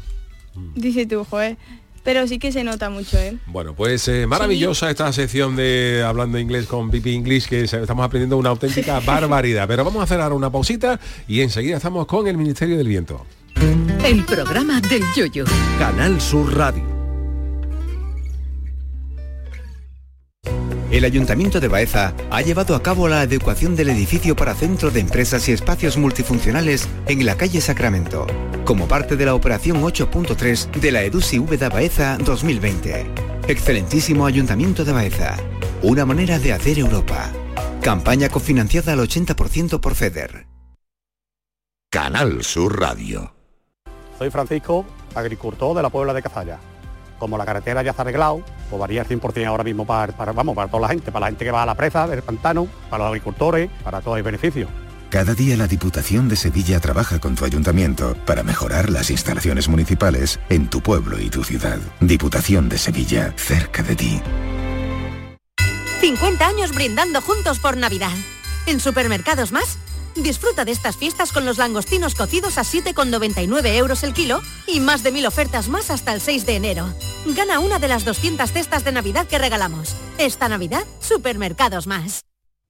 Speaker 10: dice tú, joder. Pero sí que se nota mucho, ¿eh?
Speaker 8: Bueno, pues eh, maravillosa esta sección de Hablando Inglés con Pipi English, que se- estamos aprendiendo una auténtica barbaridad. Pero vamos a hacer ahora una pausita y enseguida estamos con el Ministerio del Viento.
Speaker 6: El programa del Yoyo.
Speaker 2: Canal Sur Radio.
Speaker 15: El Ayuntamiento de Baeza ha llevado a cabo la adecuación del edificio para centro de empresas y espacios multifuncionales en la calle Sacramento, como parte de la operación 8.3 de la EDUSI Úbeda Baeza 2020. Excelentísimo Ayuntamiento de Baeza. Una manera de hacer Europa. Campaña cofinanciada al 80% por FEDER.
Speaker 16: Canal Sur Radio.
Speaker 17: Soy Francisco, agricultor de la Puebla de Cazalla. Como la carretera ya está arreglado, pues varía el 100% ahora mismo para, para- vamos, para toda la gente, para la gente que va a la presa, del pantano, para los agricultores, para todos los beneficios.
Speaker 16: Cada día la Diputación de Sevilla trabaja con tu ayuntamiento para mejorar las instalaciones municipales en tu pueblo y tu ciudad. Diputación de Sevilla, cerca de ti.
Speaker 18: 50 años brindando juntos por Navidad. En Supermercados Más
Speaker 14: Disfruta de estas fiestas con los langostinos cocidos a 7,99 euros el kilo y más de mil ofertas más hasta el 6 de enero. Gana una de las 200 cestas de Navidad que regalamos. Esta Navidad, Supermercados Más.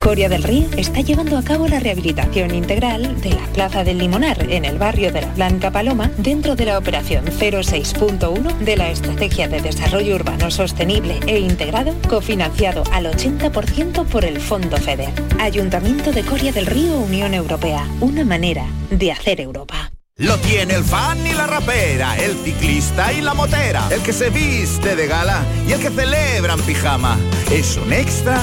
Speaker 12: Coria del Río está llevando a cabo la rehabilitación integral de la Plaza del Limonar en el barrio de la Blanca Paloma dentro de la operación 06.1 de la Estrategia de Desarrollo Urbano Sostenible e Integrado, cofinanciado al 80% por el Fondo FEDER. Ayuntamiento de Coria del Río, Unión Europea. Una manera de hacer Europa.
Speaker 19: Lo tiene el fan y la rapera, el ciclista y la motera, el que se viste de gala y el que celebra en pijama. Es un extra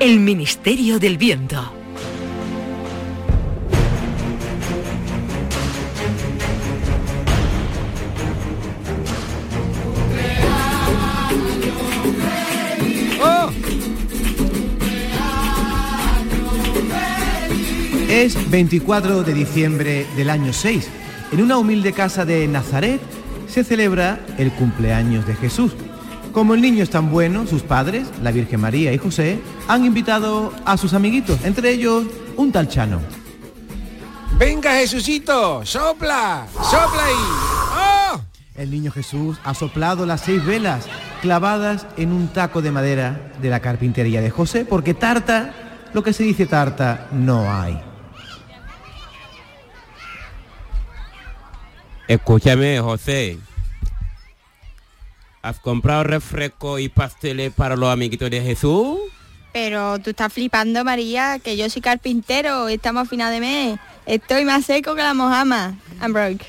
Speaker 6: El Ministerio del Viento.
Speaker 9: Es 24 de diciembre del año 6. En una humilde casa de Nazaret se celebra el cumpleaños de Jesús. Como el niño es tan bueno, sus padres, la Virgen María y José, han invitado a sus amiguitos, entre ellos un tal Chano.
Speaker 8: Venga Jesucito, sopla, sopla ahí. ¡Oh!
Speaker 9: El niño Jesús ha soplado las seis velas clavadas en un taco de madera de la carpintería de José, porque tarta, lo que se dice tarta, no hay.
Speaker 11: Escúchame, José. ¿Has comprado refresco y pasteles para los amiguitos de Jesús?
Speaker 10: Pero tú estás flipando, María, que yo soy carpintero, estamos a final de mes. Estoy más seco que la mojama. I'm broke.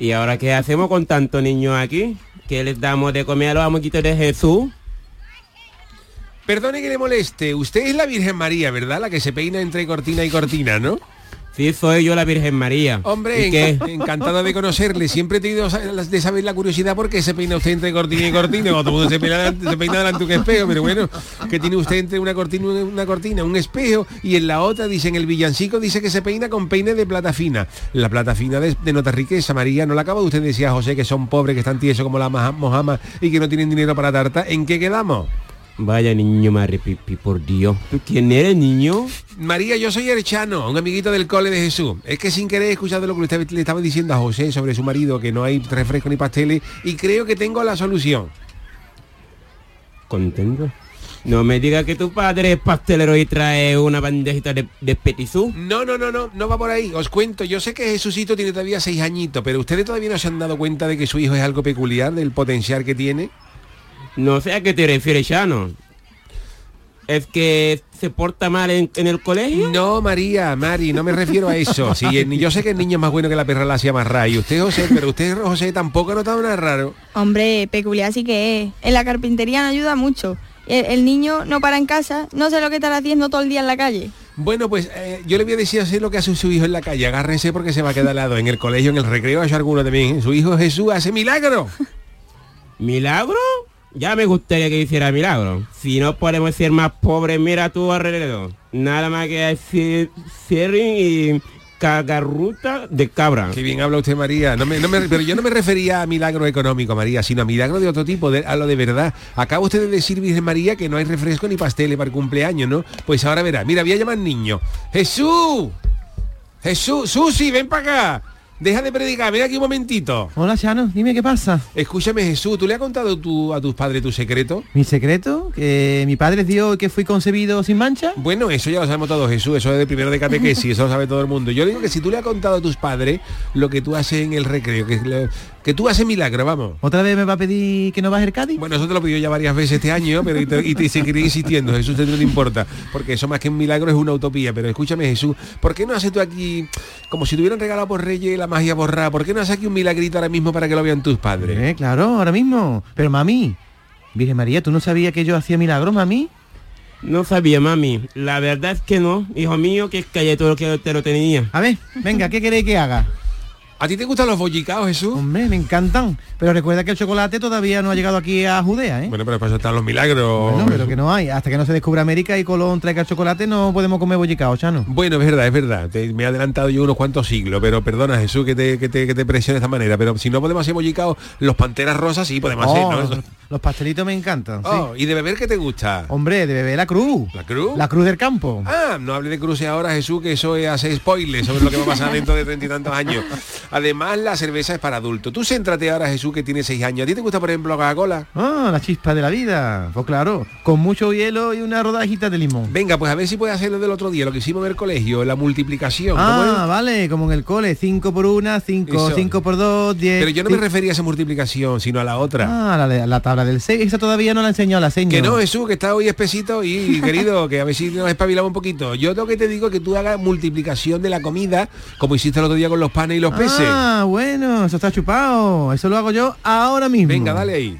Speaker 11: ¿Y ahora qué hacemos con tantos niños aquí? ¿Qué les damos de comer a los amiguitos de Jesús?
Speaker 8: Perdone que le moleste, usted es la Virgen María, ¿verdad? La que se peina entre cortina y cortina, ¿no?
Speaker 11: Sí, soy yo la Virgen María.
Speaker 8: Hombre,
Speaker 11: ¿Y qué?
Speaker 8: enc- *laughs* encantada de conocerle. Siempre he tenido sa- de saber la curiosidad por qué se peina usted entre cortina y cortina. Cuando todo el mundo se peina, se peina delante de un espejo, pero bueno, que tiene usted entre una cortina, una cortina, un espejo y en la otra dicen el villancico dice que se peina con peine de plata fina. La plata fina de- denota riqueza, María. No la acaba usted decía José que son pobres, que están tiesos como la maja- mojama y que no tienen dinero para tarta. ¿En qué quedamos?
Speaker 11: Vaya niño maripipi, por Dios. ¿Tú quién eres, niño?
Speaker 8: María, yo soy Erchano, un amiguito del cole de Jesús. Es que sin querer he escuchado lo que usted le estaba diciendo a José sobre su marido, que no hay refresco ni pasteles, y creo que tengo la solución.
Speaker 11: Contento. No me digas que tu padre es pastelero y trae una bandejita de, de petizú.
Speaker 8: No, no, no, no, no va por ahí. Os cuento, yo sé que Jesucito tiene todavía seis añitos, pero ustedes todavía no se han dado cuenta de que su hijo es algo peculiar, del potencial que tiene.
Speaker 11: No sé a qué te refieres, Chano. Es que se porta mal en, en el colegio?
Speaker 8: No, María, Mari, no me refiero a eso. Si el ni- yo sé que el niño es más bueno que la perra la hacía más rara. Y usted, José, pero usted, José, tampoco ha notado nada raro.
Speaker 10: Hombre, peculiar sí que es. En la carpintería no ayuda mucho. El, el niño no para en casa, no sé lo que estará haciendo todo el día en la calle.
Speaker 8: Bueno, pues eh, yo le voy a decir así lo que hace su hijo en la calle. Agárrense porque se va a quedar al lado. En el colegio, en el recreo, hay alguno también. Su hijo Jesús hace milagro.
Speaker 11: ¿Milagro? Ya me gustaría que hiciera milagro. Si no podemos ser más pobres, mira tú alrededor. Nada más que decir cierre y cagarruta de cabra.
Speaker 8: Qué bien habla usted, María. No me- no me- pero yo no me refería a milagro económico, María, sino a milagro de otro tipo, de- a lo de verdad. Acaba usted de decir, Virgen María, que no hay refresco ni pasteles para el cumpleaños, ¿no? Pues ahora verá. Mira, voy a llamar al niño. ¡Jesús! ¡Jesús! ¡Susi, ven para acá! Deja de predicar, ven aquí un momentito.
Speaker 9: Hola, Chano, dime qué pasa.
Speaker 8: Escúchame, Jesús, ¿tú le has contado tú, a tus padres tu secreto?
Speaker 9: ¿Mi secreto? ¿Que mi padre dio que fui concebido sin mancha?
Speaker 8: Bueno, eso ya lo sabemos todos, Jesús, eso es de primero de catequesis, eso lo sabe todo el mundo. Yo digo que si tú le has contado a tus padres lo que tú haces en el recreo, que, lo- que tú haces milagro, vamos.
Speaker 9: ¿Otra vez me va a pedir que no baje el Cádiz?
Speaker 8: Bueno, eso te lo pidió ya varias veces este año, pero y te, y te seguiré insistiendo, Jesús, a ti no te importa, porque eso más que un milagro es una utopía, pero escúchame, Jesús, ¿por qué no haces tú aquí, como si te hubieran regalado por Reyes la magia borrada, ¿por qué no haces aquí un milagrito ahora mismo para que lo vean tus padres?
Speaker 9: Eh, claro, ahora mismo. Pero mami, Virgen María, ¿tú no sabías que yo hacía milagros, mami?
Speaker 11: No sabía, mami. La verdad es que no, hijo mío, que callé todo lo que te lo tenía.
Speaker 9: A ver, venga, ¿qué queréis que haga?
Speaker 8: ¿A ti te gustan los bollicaos, Jesús?
Speaker 9: Hombre, me encantan. Pero recuerda que el chocolate todavía no ha llegado aquí a Judea, ¿eh?
Speaker 8: Bueno, pero para eso están los milagros.
Speaker 9: No, pero que no hay. Hasta que no se descubra América y Colón traiga el chocolate, no podemos comer bollicao, Chano.
Speaker 8: Bueno, es verdad, es verdad. Te- me he adelantado yo unos cuantos siglos, pero perdona, Jesús, que te, que te, que te presione de esta manera. Pero si no podemos hacer bollicaos, los panteras rosas sí podemos hacer,
Speaker 9: Oh,
Speaker 8: ¿no?
Speaker 9: los, los pastelitos me encantan. sí.
Speaker 8: Oh, ¿Y de beber qué te gusta?
Speaker 9: Hombre, de beber la cruz.
Speaker 8: ¿La cruz?
Speaker 9: La cruz del campo.
Speaker 8: Ah, no hable de cruce ahora, Jesús, que eso es hacer spoilers sobre lo que va a pasar dentro de treinta y tantos años. Además, la cerveza es para adultos. Tú céntrate ahora, Jesús, que tiene seis años. ¿A ti te gusta, por ejemplo, la Coca-Cola?
Speaker 9: Ah, la chispa de la vida. Pues claro, con mucho hielo y una rodajita de limón.
Speaker 8: Venga, pues a ver si puedes hacerlo del otro día, lo que hicimos en el colegio, la multiplicación. ¿Cómo
Speaker 9: Ah,
Speaker 8: es?
Speaker 9: vale, como en el cole, 5 por 1, 5,
Speaker 8: Eso.
Speaker 9: 5 por 2, 10.
Speaker 8: Pero yo no me refería a esa multiplicación, sino a la otra.
Speaker 9: Ah, la, de- la tabla del 6, esa todavía no la he enseñado la señora.
Speaker 8: Que no, Jesús, que está hoy espesito y querido, que a ver si nos espabilamos un poquito. Yo lo que te digo es que tú hagas multiplicación de la comida, como hiciste el otro día con los panes y los peces.
Speaker 9: Ah, bueno, eso está chupado. Eso lo hago yo ahora mismo.
Speaker 8: Venga, dale ahí.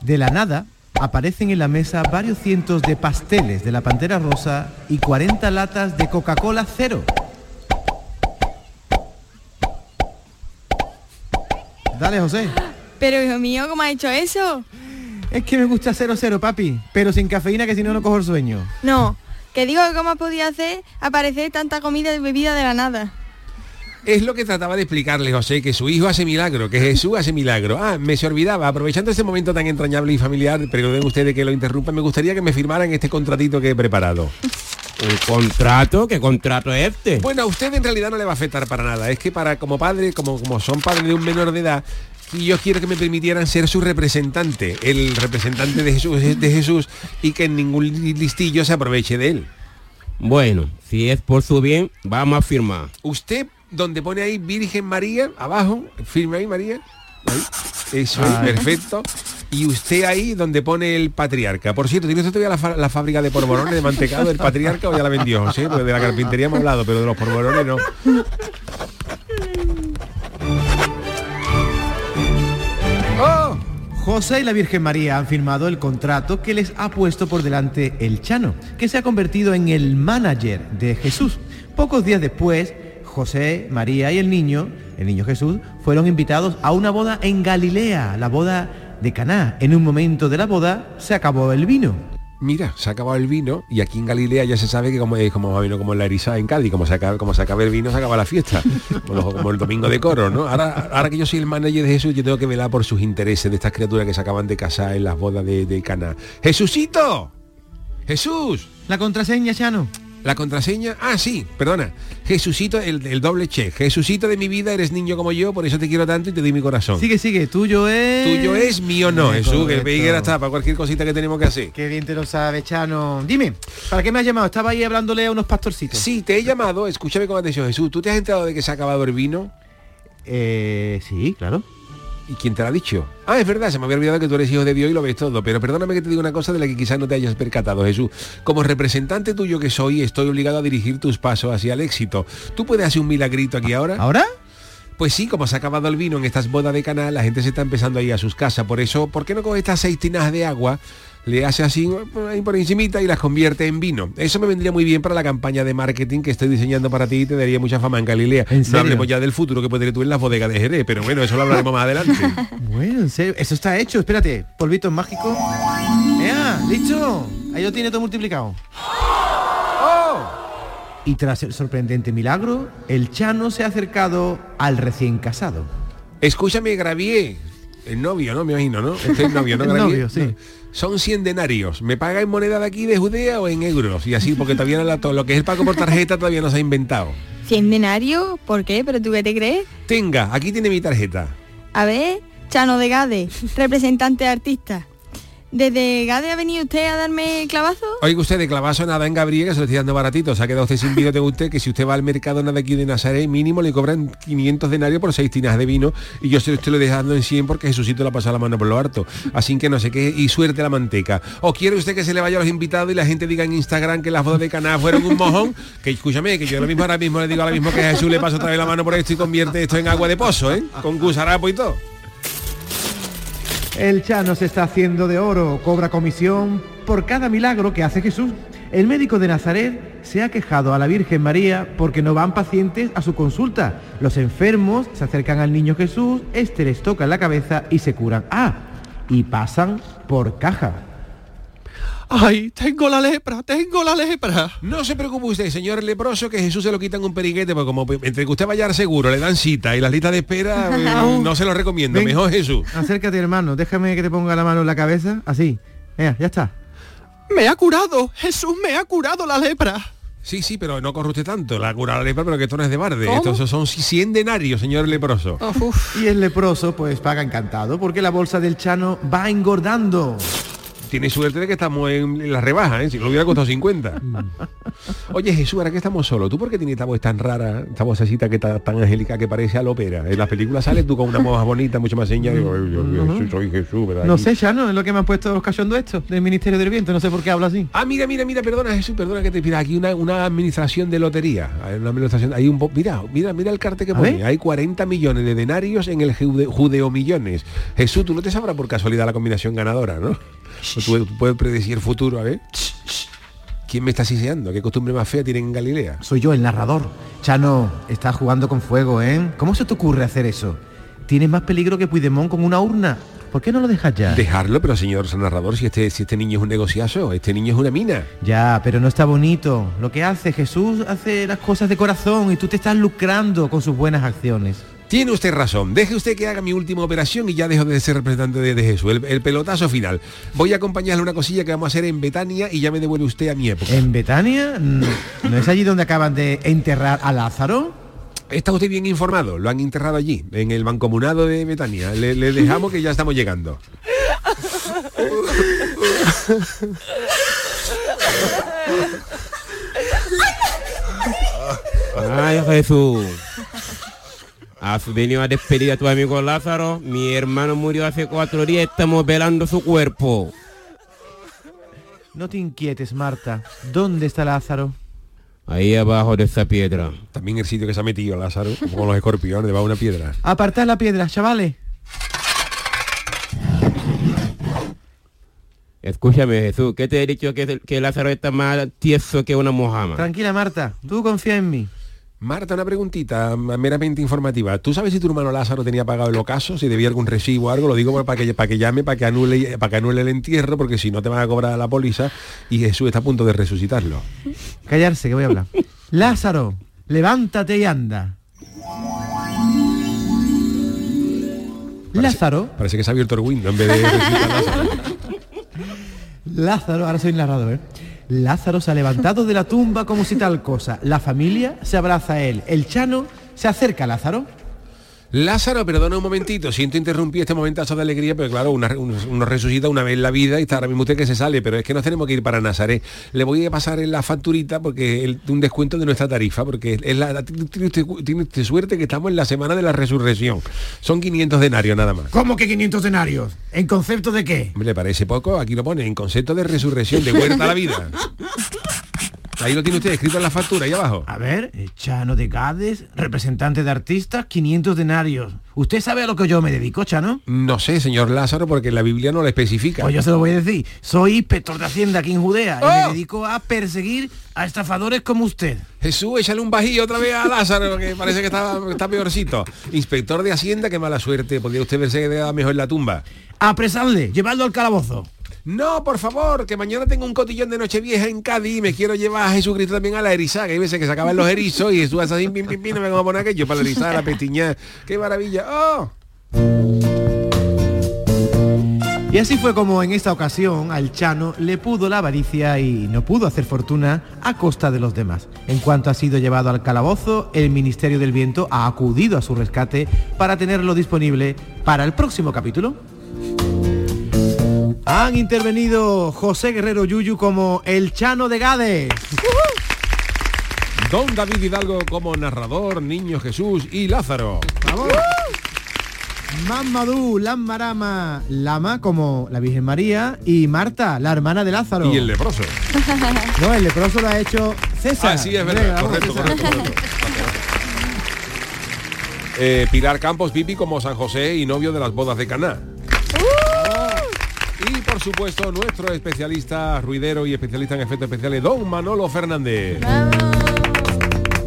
Speaker 9: De la nada, aparecen en la mesa varios cientos de pasteles de la Pantera Rosa y 40 latas de Coca-Cola cero. Dale, José.
Speaker 10: Pero hijo mío, ¿cómo ha hecho eso?
Speaker 9: Es que me gusta cero cero, papi, pero sin cafeína que si no no cojo el sueño.
Speaker 10: No, que digo que cómo ha podido hacer aparecer tanta comida y bebida de la nada.
Speaker 8: Es lo que trataba de explicarle José, que su hijo hace milagro, que Jesús hace milagro. Ah, me se olvidaba, aprovechando este momento tan entrañable y familiar, perdonen ustedes que lo interrumpa, me gustaría que me firmaran este contratito que he preparado.
Speaker 11: ¿El contrato? ¿Qué contrato es este?
Speaker 8: Bueno, a usted en realidad no le va a afectar para nada. Es que para como padre, como, como son padres de un menor de edad, y yo quiero que me permitieran ser su representante, el representante de Jesús, de Jesús y que ningún listillo se aproveche de él.
Speaker 11: Bueno, si es por su bien, vamos a firmar.
Speaker 8: Usted, donde pone ahí Virgen María, abajo, firme ahí María. Ahí. Eso es,
Speaker 11: Ay.
Speaker 8: perfecto. Y usted ahí donde pone el patriarca. Por cierto, ¿tiene usted todavía la, fa- la fábrica de porborones de mantecado del patriarca o ya la vendió? José? Porque de la carpintería hemos hablado, pero de los porborones no.
Speaker 9: ¡Oh! José y la Virgen María han firmado el contrato que les ha puesto por delante el Chano, que se ha convertido en el manager de Jesús. Pocos días después, José, María y el niño, el niño Jesús, fueron invitados a una boda en Galilea, la boda de Caná. En un momento de la boda se acabó el vino.
Speaker 8: Mira, se ha acabado el vino y aquí en Galilea ya se sabe que como es como más o menos como en la erizada en Cádiz, como se acaba, como se acaba el vino, se acaba la fiesta. Como, los- como el domingo de coro, ¿no? Ahora, ahora que yo soy el manager de Jesús, yo tengo que velar por sus intereses de estas criaturas que se acaban de casar en las bodas de, de Caná. ¡Jesucito! ¡Jesús!
Speaker 9: La contraseña, Chano.
Speaker 8: La contraseña, ah, sí, perdona. Jesucito, el, el doble che. Jesucito de mi vida, eres niño como yo, por eso te quiero tanto y te doy mi corazón.
Speaker 9: Sigue, sigue, tuyo es...
Speaker 8: Tuyo es mío no,
Speaker 9: Eh,
Speaker 8: Jesús, que el
Speaker 9: correcto.
Speaker 8: pediguera está para cualquier cosita que tenemos que hacer.
Speaker 9: Qué bien te lo sabe, Chano. Dime, ¿para qué me has llamado? Estaba ahí hablándole a unos pastorcitos.
Speaker 8: Sí, te he llamado, escúchame con atención, Jesús. ¿Tú te has enterado de que se ha acabado el vino?
Speaker 9: Eh, sí, claro.
Speaker 8: ¿y quién
Speaker 9: *laughs*
Speaker 8: te lo ha dicho? Ah, es verdad, se me había olvidado que tú eres hijo de Dios y lo ves todo, pero perdóname que te diga una cosa de la que quizás no te hayas percatado, Jesús. Como representante tuyo que soy, estoy obligado a dirigir tus pasos hacia el éxito. ¿Tú puedes hacer un milagrito aquí ahora?
Speaker 9: ¿Ahora?
Speaker 8: Pues sí, como se ha acabado el vino en estas bodas de canal, la gente se está empezando a ir a sus casas. Por eso, ¿por qué no coges estas seis tinajas de agua? Le hace así ahí por encimita y las convierte en vino. Eso me vendría muy bien para la campaña de marketing que estoy diseñando para ti y te daría mucha fama en Galilea. No
Speaker 9: serio?
Speaker 8: hablemos ya del futuro que podría tú en las bodegas de Jerez, pero bueno, eso lo hablaremos más adelante.
Speaker 9: Bueno, en serio, eso está hecho, espérate. Polvito mágico. ¡Ea! ¡Listo! Ahí lo tiene todo multiplicado. ¡Oh! Y tras el sorprendente milagro, el Chano se ha acercado al recién casado.
Speaker 8: Escúchame, Gravier. El novio, ¿no? Me imagino, ¿no? Este es novio, ¿no?
Speaker 9: *laughs* El
Speaker 8: Gravier?
Speaker 9: novio, sí.
Speaker 8: No. Son 100 denarios. ¿Me paga en moneda de aquí de Judea o en euros? Y así, porque todavía no la- todo lo que es el pago por tarjeta todavía no se ha inventado.
Speaker 10: 100 denarios, ¿por qué? ¿Pero tú qué te crees?
Speaker 8: Tenga, aquí tiene mi tarjeta.
Speaker 10: A ver, Chano de
Speaker 5: *laughs*
Speaker 10: Gade, representante artista. ¿Desde Gade ha venido usted a darme el clavazo?
Speaker 8: Oiga usted, de clavazo nada en Gabriel, que se lo estoy dando baratito. Se ha quedado usted sin vino, tengo usted, que si usted va al mercado nada aquí de Nazaret, mínimo le cobran 500 denarios por seis tinas de vino. Y yo se lo estoy dejando en 100 porque Jesucito le ha pasado la mano por lo harto. Así que no sé qué, y suerte la manteca. ¿O quiere usted que se le vaya a los invitados y la gente diga en Instagram que las bodas de Caná fueron un mojón? Que escúchame, que yo lo mismo ahora mismo le digo ahora mismo que a Jesús le pasa otra vez la mano por esto y convierte esto en agua de pozo, ¿eh? Con gusarapo y todo.
Speaker 9: El Chano se está haciendo de oro, cobra comisión por cada milagro que hace Jesús. El médico de Nazaret se ha quejado a la Virgen María porque no van pacientes a su consulta. Los enfermos se acercan al niño Jesús, este les toca en la cabeza y se curan. Ah, y pasan por caja.
Speaker 8: ¡Ay, tengo la lepra! ¡Tengo la lepra! No se preocupe usted, señor leproso, que Jesús se lo quitan un periguete, porque como entre que usted vaya al seguro, le dan cita y las listas de espera, *laughs* eh, no se lo recomiendo.
Speaker 9: Ven.
Speaker 8: Mejor Jesús.
Speaker 9: Acércate, hermano, déjame que te ponga la mano en la cabeza, así. Mira, ya está.
Speaker 1: Me ha curado, Jesús me ha curado la lepra.
Speaker 8: Sí, sí, pero no corre usted tanto. La cura la lepra, pero que esto no es de barde. Estos son 100 denarios, señor leproso.
Speaker 9: Y el leproso pues paga encantado porque la bolsa del Chano va engordando.
Speaker 8: Tiene suerte de que estamos en la rebaja, ¿eh? Si lo hubiera costado *laughs* 50. Oye, Jesús, ahora que estamos solos, ¿tú por qué tienes esta voz tan rara, esta vocecita que está tan angélica que parece a la ópera? En las películas sales tú con una voz más bonita, mucho más señal. Yo, yo- yo soy Jesús, ¿verdad?
Speaker 9: No
Speaker 8: Y-
Speaker 9: sé, Chano, es lo que me han puesto los cachondos estos del Ministerio del Viento, no sé por qué habla así.
Speaker 8: Ah, mira, mira, mira, perdona Jesús, perdona que te pida aquí una, una administración de lotería. Hay una administración, hay un po- mira, mira, mira el cartel que pone. Hay 40 millones de denarios en el jude- judeo millones. Jesús, tú no te sabrás por casualidad la combinación ganadora, ¿no? O Tú, tú puedes predecir el futuro, a ver. ¿Quién me está siseando? ¿Qué costumbre más fea tienen en Galilea?
Speaker 9: Soy yo el narrador. Chano, estás jugando con fuego, ¿eh? ¿Cómo se te ocurre hacer eso? Tienes más peligro que Puigdemont con una urna. ¿Por qué no lo dejas ya?
Speaker 8: Dejarlo, pero señor narrador, si este, si este niño es un negociazo, este niño es una mina.
Speaker 9: ya, pero no está bonito. Lo que hace Jesús hace las cosas de corazón y tú te estás lucrando con sus buenas acciones.
Speaker 8: Tiene usted razón. Deje usted que haga mi última operación y ya dejo de ser representante de, de Jesús. El, el pelotazo final. Voy a acompañarle a una cosilla que vamos a hacer en Betania y ya me devuelve usted a mi época.
Speaker 9: ¿En Betania? ¿No ¿no es allí donde acaban de enterrar a Lázaro?
Speaker 8: Está usted bien informado. Lo han enterrado allí, en el mancomunado de Betania. Le, le dejamos que ya estamos llegando.
Speaker 12: Em-
Speaker 10: *laughs*
Speaker 11: Ay, Jesús. Has venido a despedir a tu amigo Lázaro. Mi hermano murió hace cuatro días. Estamos velando su cuerpo.
Speaker 9: No te inquietes, Marta. ¿Dónde está Lázaro?
Speaker 11: *laughs* Ahí abajo de esa piedra.
Speaker 8: También el sitio que se ha metido Lázaro, como con los escorpiones, debajo de una piedra.
Speaker 9: Apartad la piedra, chavales.
Speaker 11: Escúchame, Jesús. ¿Qué te he dicho que, el- que Lázaro está más tieso que una mojama?
Speaker 9: Tranquila, Marta. Tú confía en mí.
Speaker 8: Marta, una preguntita mm, meramente informativa. ¿Tú sabes si tu hermano Lázaro tenía pagado el ocaso? Si debía algún recibo o algo, lo digo para que, para que llame, para que, anule, para que anule el entierro, porque si no te van a cobrar la póliza y Jesús está a punto de resucitarlo.
Speaker 9: Callarse, que voy a hablar. Lázaro, levántate y anda. Lázaro.
Speaker 8: Parece que se ha abierto el window en vez
Speaker 9: *laughs*
Speaker 8: de resucitar a Lázaro.
Speaker 9: Lázaro, ahora soy narrador, ¿eh? Lázaro se ha levantado de la tumba como si tal cosa. La familia se abraza a él. El Chano se acerca a Lázaro.
Speaker 8: Lázaro, perdona un momentito, siento interrumpir este momentazo de alegría, pero claro, una- un- uno resucita una vez en la vida y está ahora mismo usted que se sale, pero es que nos tenemos que ir para Nazaret. Le voy a pasar en la facturita porque el- un descuento de nuestra tarifa, porque es la, tiene, usted, tiene usted suerte que estamos en la semana de la resurrección. Son 500 denarios nada más.
Speaker 20: ¿Cómo que 500 denarios? ¿En concepto de qué?
Speaker 8: ¿Le parece poco? Aquí lo pone, en concepto de resurrección, de vuelta a
Speaker 20: *laughs*
Speaker 8: la vida. Ahí lo tiene usted escrito en la factura, ahí abajo.
Speaker 20: A ver, eh, Chano de Gades, representante de artistas, 500 denarios. ¿Usted sabe a lo que yo me dedico, Chano?
Speaker 8: No sé, señor Lázaro, porque la Biblia no la especifica.
Speaker 20: Pues yo se lo voy a decir. Soy inspector de Hacienda aquí en Judea y
Speaker 8: ¡Oh!
Speaker 20: me dedico a perseguir a estafadores como usted.
Speaker 8: Jesús, échale un bajío otra vez a Lázaro, que parece que está, está peorcito. Inspector de Hacienda, qué mala suerte. Podría usted verse que quedaba mejor en la tumba.
Speaker 20: Apresadle, llevadlo al calabozo.
Speaker 8: No, por favor, que mañana tengo un cotillón de Nochevieja en Cádiz y me quiero llevar a Jesucristo también a la erizaga. Hay veces que se acaban los erizos y Jesús hace así, pim, pim, pim, no me van a poner aquello para la erizada, la pestiñada. ¡Qué maravilla! ¡Oh!
Speaker 9: Y así fue como en esta ocasión al Chano le pudo la avaricia y no pudo hacer fortuna a costa de los demás. En cuanto ha sido llevado al calabozo, el Ministerio del Viento ha acudido a su rescate para tenerlo disponible para el próximo capítulo. Han intervenido José Guerrero Yuyu como el Chano de Gades.
Speaker 8: Don David Hidalgo como narrador, Niño Jesús y Lázaro.
Speaker 9: Mamadou, Lammarama, Lama como la Virgen María y Marta, la hermana de Lázaro.
Speaker 8: Y el leproso.
Speaker 9: No, el leproso lo ha hecho César.
Speaker 8: Así es
Speaker 9: Ah, Venga,
Speaker 8: verdad,
Speaker 9: vamos,
Speaker 8: correcto,
Speaker 9: César.
Speaker 8: correcto, correcto. Eh, Pilar Campos Pipi como San José y novio de las bodas de Caná.
Speaker 9: ¡Uh!
Speaker 8: Y por supuesto nuestro especialista ruidero y especialista en efectos especiales, don Manolo Fernández.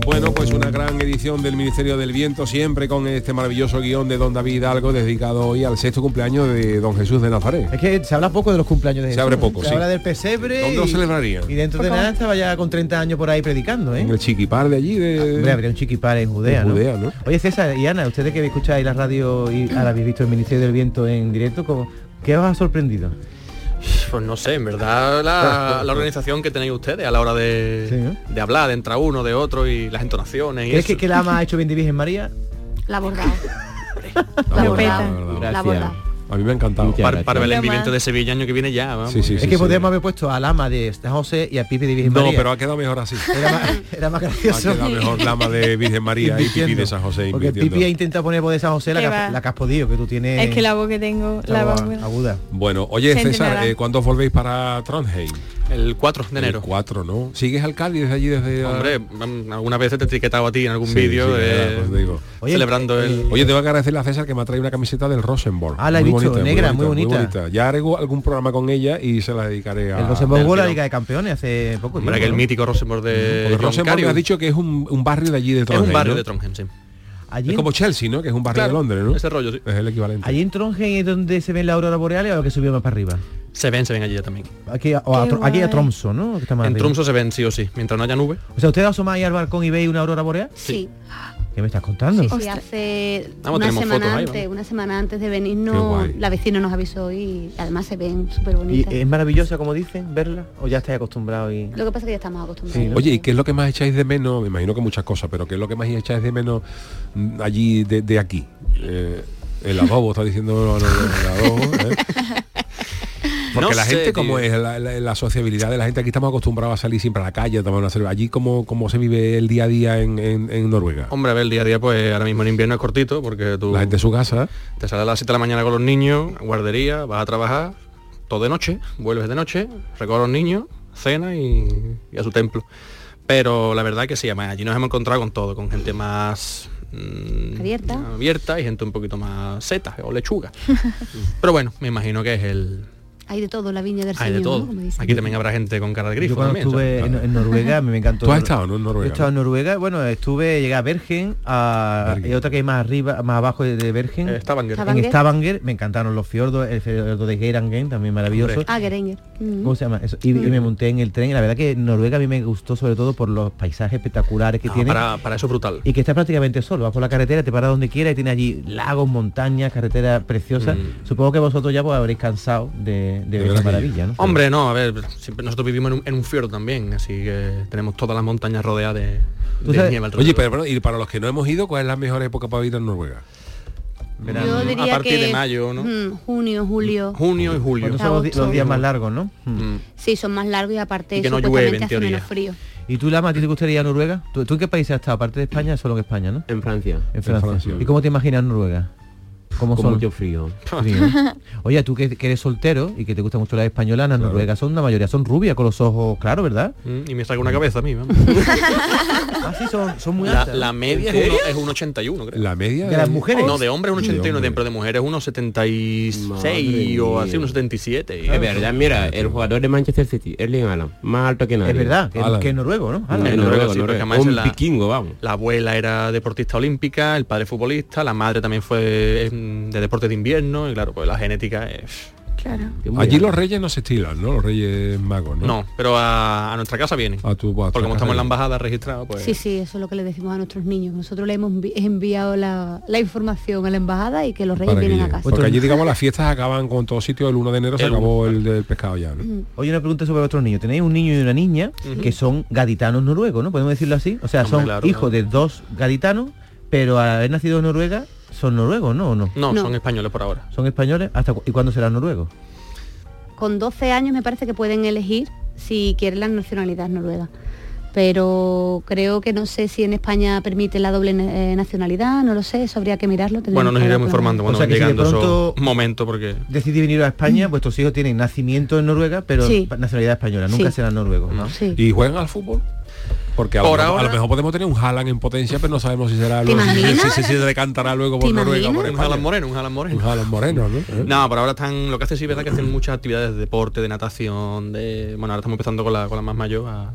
Speaker 8: Bueno, pues una gran edición del Ministerio del Viento, siempre con este maravilloso guión de don David Algo dedicado hoy al sexto cumpleaños de don Jesús de Nazaret.
Speaker 9: Es que se habla poco de los cumpleaños de
Speaker 8: Se
Speaker 9: Jesús,
Speaker 8: abre
Speaker 9: ¿eh?
Speaker 8: poco,
Speaker 9: Se
Speaker 8: sí.
Speaker 9: habla del pesebre.
Speaker 8: ¿Dónde lo
Speaker 9: y-
Speaker 8: celebraría?
Speaker 9: Y dentro de
Speaker 8: Por favor.
Speaker 9: nada estaba ya con 30 años por ahí predicando, ¿eh?
Speaker 8: En el chiquipar de allí de...
Speaker 9: Hombre, habría un chiquipar en Judea,
Speaker 8: En
Speaker 9: ¿no?
Speaker 8: Judea, ¿no?
Speaker 9: Oye, César y Ana, ustedes que escucháis la radio y ahora habéis visto el Ministerio del Viento en directo, ¿cómo- ¿qué os ha sorprendido?
Speaker 12: Pues no sé, en
Speaker 17: *laughs*
Speaker 12: verdad la, la organización que tenéis ustedes a la hora de, de hablar, de entrar uno, de otro y las entonaciones y
Speaker 9: ¿Crees
Speaker 12: eso.
Speaker 9: ¿eh? que, que la ama ha hecho bien de Virgen María?
Speaker 21: La bordado.
Speaker 9: *laughs* La
Speaker 12: La borda.
Speaker 8: A mí me ha encantado.
Speaker 12: Para, para
Speaker 9: gracias.
Speaker 12: Belén Viviente de Sevilla año que viene ya, vamos. eh,
Speaker 8: Sí, sí,
Speaker 9: es que podríamos haber puesto al ama de San José y a Pipi de Virgen
Speaker 8: No,
Speaker 9: María.
Speaker 8: pero ha quedado mejor así.
Speaker 9: *laughs* Era más, era más
Speaker 8: Ha
Speaker 9: gracioso.
Speaker 8: quedado mejor Lama
Speaker 9: *laughs*
Speaker 8: de Virgen María y Pipi de San José.
Speaker 9: Porque
Speaker 8: invirtiendo.
Speaker 9: Pipi ha intentado poner voz de San José la,
Speaker 10: Qué
Speaker 9: que has-
Speaker 10: va.
Speaker 9: la que has podido, que tú
Speaker 12: Eh,
Speaker 9: tienes...
Speaker 10: Es que la voz que tengo, la voz buena.
Speaker 9: aguda.
Speaker 8: Bueno, oye
Speaker 10: Se
Speaker 8: César,
Speaker 10: entrenará.
Speaker 8: eh, ¿cuándo volvéis para Trondheim?
Speaker 12: El 4 de enero.
Speaker 8: El 4, ¿no? ¿Sigues alcalde desde allí desde
Speaker 12: Hombre, mm, algunas veces te he etiquetado a ti en algún
Speaker 8: Sí,
Speaker 12: vídeo
Speaker 8: sí,
Speaker 12: eh,
Speaker 8: verdad, pues digo.
Speaker 9: eh,
Speaker 12: celebrando el...
Speaker 8: Oye, te voy a agradecerle a César que me ha traído una camiseta del Rosenborg.
Speaker 9: Ah, la he
Speaker 8: Muy
Speaker 9: visto, negra, muy bonita.
Speaker 8: Ya haré algún programa con ella y se la dedicaré a...
Speaker 9: El Rosenborg jugó la Liga de Campeones hace
Speaker 12: Ah,
Speaker 9: poco
Speaker 12: Hombre,
Speaker 9: tiempo,
Speaker 12: aquel
Speaker 9: ¿no?
Speaker 12: mítico Rosenborg de
Speaker 8: Porque
Speaker 12: John
Speaker 8: Rosenborg me
Speaker 12: Cario.
Speaker 8: has dicho que es un, un barrio de allí de
Speaker 12: Es
Speaker 8: Trondheim,
Speaker 12: un barrio
Speaker 8: ¿no?
Speaker 12: de Trondheim, sí.
Speaker 9: Allí,
Speaker 8: Es como Chelsea, ¿no? Que es un barrio
Speaker 12: Claro,
Speaker 8: de Londres, ¿no?
Speaker 12: ese rollo, sí.
Speaker 8: Es el equivalente.
Speaker 9: allí en Trondheim es donde se ve la aurora boreal o que subió más para arriba.
Speaker 12: Se ven, se ven allí ya también.
Speaker 9: Aquí a, o a
Speaker 12: Qué
Speaker 9: Tro-
Speaker 12: guay.
Speaker 9: aquí a Tromso, ¿no? Que está más
Speaker 12: En
Speaker 9: arriba.
Speaker 12: Tromso se ven sí o sí, mientras no haya nube.
Speaker 9: O sea, ¿ustedes asomáis al balcón y veis una aurora boreal?
Speaker 5: Sí,
Speaker 9: ¿Qué me estás contando?
Speaker 5: sí, sí, hace
Speaker 9: Vamos,
Speaker 5: una
Speaker 9: tenemos
Speaker 5: semana
Speaker 9: fotos ahí,
Speaker 5: antes,
Speaker 9: vamos.
Speaker 5: una semana antes de
Speaker 9: Qué
Speaker 5: venirnos,
Speaker 9: guay.
Speaker 5: la vecina nos avisó y además se ven súper
Speaker 9: ¿Y eh,
Speaker 5: bonitas.
Speaker 9: es maravillosa, como dicen, verla? ¿O ya estáis acostumbrados y...?
Speaker 5: Lo que pasa es que ya estamos acostumbrados.
Speaker 8: Sí, ¿no? Oye, ¿y qué es lo que más echáis de menos? Me imagino que muchas cosas, pero ¿qué es lo que más echáis de menos mm, allí de, de aquí? Eh, el adobo, está diciendo el adobo.
Speaker 12: *laughs*
Speaker 8: ¿eh? Porque
Speaker 12: No
Speaker 8: la
Speaker 12: sé,
Speaker 8: gente,
Speaker 12: tío.
Speaker 8: como es la, la- la sociabilidad de la gente, aquí estamos acostumbrados a salir siempre a la calle, a tomar una cerveza. Allí, ¿cómo, cómo se vive el día a día en, en- en Noruega?
Speaker 12: Hombre, a ver, el día a día, pues ahora mismo en invierno es cortito porque tú...
Speaker 8: La gente en su casa.
Speaker 12: Te sales a las 7 de la mañana con los niños, guardería, vas a trabajar, todo de noche, vuelves de noche, recoges a los niños, cena y, y a su templo. Pero la verdad que sí, además allí nos hemos encontrado con todo, con gente más mm,
Speaker 5: Abierta.
Speaker 12: abierta y gente un poquito más setas o
Speaker 5: *laughs*
Speaker 12: lechuga. Pero bueno, me imagino que es el...
Speaker 5: Hay de todo en la viña del
Speaker 12: Hay
Speaker 5: Señor,
Speaker 12: de
Speaker 5: ¿no?
Speaker 12: todo.
Speaker 5: Como dicen.
Speaker 12: Aquí también habrá gente con cara de grifo.
Speaker 9: Yo cuando
Speaker 12: también,
Speaker 9: estuve
Speaker 12: ¿sabes?
Speaker 9: en, en Noruega me encantó.
Speaker 12: Tú has estado, ¿no, en
Speaker 8: Noruega?
Speaker 9: Yo he estado en Noruega, bueno, estuve, llegué a Bergen, a, y otra que hay más arriba, más abajo de, de Bergen.
Speaker 12: Eh, Stavanger.
Speaker 9: En
Speaker 5: Stavanger.
Speaker 9: Stavanger, me encantaron los fiordos, el fiordo de Geirangen, también maravilloso.
Speaker 5: Ah, Gerenger. Mm.
Speaker 9: ¿Cómo se llama? Eso. Y, y me monté en el tren. y La verdad que Noruega a mí me gustó sobre todo por los paisajes espectaculares que
Speaker 12: Ah,
Speaker 9: tiene.
Speaker 12: para, para eso es brutal.
Speaker 9: Y que está prácticamente solo. Vas por la carretera, te paras donde quieras y tiene allí lagos, montañas, carreteras preciosas.
Speaker 12: Mm.
Speaker 9: Supongo que vosotros ya pues, habréis cansado de, de ver esa maravilla, ¿no?
Speaker 12: Hombre, no, a ver, siempre nosotros vivimos en un, en un fiordo también, así que tenemos todas las montañas rodeadas de, de nieve
Speaker 8: Oye,
Speaker 12: alrededor.
Speaker 8: pero, bueno, y para los que no hemos ido, ¿cuál es la mejor época para ir a Noruega?
Speaker 9: verano.
Speaker 5: Yo diría
Speaker 12: a partir
Speaker 5: que
Speaker 12: de mayo, ¿no?
Speaker 5: mm, junio, julio.
Speaker 12: Junio y julio. Mm.
Speaker 9: Cuando son los, di- los
Speaker 5: Agosto.
Speaker 9: días más largos, ¿no? Mm.
Speaker 5: Sí, son más largos y aparte
Speaker 9: Y que no
Speaker 5: supuestamente
Speaker 9: llueve, en
Speaker 5: hace menos
Speaker 9: teoría.
Speaker 5: frío.
Speaker 9: ¿Y tú, Lama, a ti te gustaría ir a Noruega? ¿Tú, tú en qué país has estado? Aparte de España, solo en España, ¿no?
Speaker 11: En Francia.
Speaker 9: En Francia. ¿Y cómo te imaginas Noruega? ¿Cómo
Speaker 11: Con
Speaker 9: son?
Speaker 11: mucho frío.
Speaker 12: *laughs*
Speaker 9: Frío, ¿no? Oye, tú que, que eres soltero y que te gusta mucho las españolas, las noruegas son la mayoría, son rubias con los ojos claros, ¿verdad?
Speaker 12: Mm, Y me saca una cabeza a mí, vamos.
Speaker 9: Así Ah, son, son muy
Speaker 12: La,
Speaker 9: altas.
Speaker 12: la media
Speaker 9: ¿En
Speaker 12: es,
Speaker 9: serio?
Speaker 12: uno- es un 81, creo.
Speaker 8: ¿La media?
Speaker 9: ¿De las mujeres?
Speaker 12: No, de hombres un
Speaker 11: De
Speaker 12: 81,
Speaker 11: hombre.
Speaker 12: pero de mujeres unos 76
Speaker 11: Madre
Speaker 12: o
Speaker 11: mía.
Speaker 12: así, unos 77.
Speaker 11: Es verdad, mira, el jugador de Manchester City, Erling Haaland, más alto que nadie.
Speaker 12: Es verdad, que-
Speaker 11: Haaland.
Speaker 12: que es
Speaker 9: noruego, ¿no?
Speaker 12: En
Speaker 11: Es
Speaker 12: Noruega,
Speaker 11: noruego,
Speaker 12: Ah, sí, porque
Speaker 11: noruego.
Speaker 12: además
Speaker 11: Un
Speaker 12: en la-
Speaker 11: vikingo, vamos.
Speaker 12: La abuela era deportista olímpica, el padre futbolista, la madre también fue em, de deportes de invierno, y claro, pues la genética es...
Speaker 10: Claro.
Speaker 5: Mm.
Speaker 8: Allí los reyes no se estilan, ¿no? Los reyes magos, ¿no?
Speaker 12: No, pero a, a nuestra casa vienen.
Speaker 8: Mm. A tu,
Speaker 12: porque
Speaker 8: a tu
Speaker 12: como
Speaker 8: casa
Speaker 12: estamos en la
Speaker 8: vienen.
Speaker 12: embajada registrados, pues...
Speaker 5: Sí, sí, eso es lo que le decimos a nuestros niños. Nosotros le hemos envi- enviado la, la información a la embajada y que los reyes
Speaker 8: Para que
Speaker 5: vienen a
Speaker 8: llegue.
Speaker 5: casa.
Speaker 8: Porque allí, digamos, las fiestas acaban con todo sitio. El 1 de enero se
Speaker 9: El
Speaker 8: acabó el del pescado ya, ¿no?
Speaker 5: Mm.
Speaker 9: Oye, una pregunta sobre vuestros niños. Tenéis un niño y una niña
Speaker 8: Ujú.
Speaker 9: que son gaditanos noruegos, ¿no? Podemos decirlo así. O sea,
Speaker 12: Hombre,
Speaker 9: son
Speaker 12: claro,
Speaker 9: hijos
Speaker 12: ¿no?
Speaker 9: de dos gaditanos, pero al haber nacido en Noruega son noruegos, ¿no? ¿O no?
Speaker 12: No, son españoles por ahora.
Speaker 9: ¿Son españoles. ¿Hasta cu- ¿Y cuándo serán noruegos?
Speaker 5: Con 12 años me parece que pueden elegir si quieren la nacionalidad noruega. Pero creo que no sé si en España permite la doble eh, nacionalidad, no lo sé, eso habría que mirarlo. tendríamos
Speaker 12: Bueno, nos
Speaker 5: que
Speaker 12: iremos
Speaker 5: hablar con la-
Speaker 12: informando cuando
Speaker 9: O sea, que si de
Speaker 12: llegando
Speaker 9: pronto-
Speaker 12: esos momentos, porque...
Speaker 9: Decidí venir a España, vuestros hijos tienen nacimiento en Noruega, pero
Speaker 12: Sí.
Speaker 9: pa- nacionalidad española, nunca
Speaker 12: Sí.
Speaker 9: serán noruegos, ¿no?
Speaker 8: ¿Y juegan al fútbol? Porque a, lo,
Speaker 12: Por
Speaker 8: mejor- a
Speaker 12: ahora-
Speaker 8: lo mejor podemos tener un Haaland en potencia, pero no sabemos si será luego, si,
Speaker 12: imaginas?
Speaker 8: si se decantará luego por
Speaker 12: ¿Te
Speaker 8: Noruega o por
Speaker 12: imaginas? Un
Speaker 8: España.
Speaker 12: Haaland moreno, un Haaland moreno.
Speaker 8: Un Haaland moreno, ¿no? ¿Eh?
Speaker 12: *laughs* No, por ahora están, lo que hacen sí es verdad que hacen muchas actividades de deporte, de natación, de... Bueno, ahora estamos empezando con la, con la más mayor a,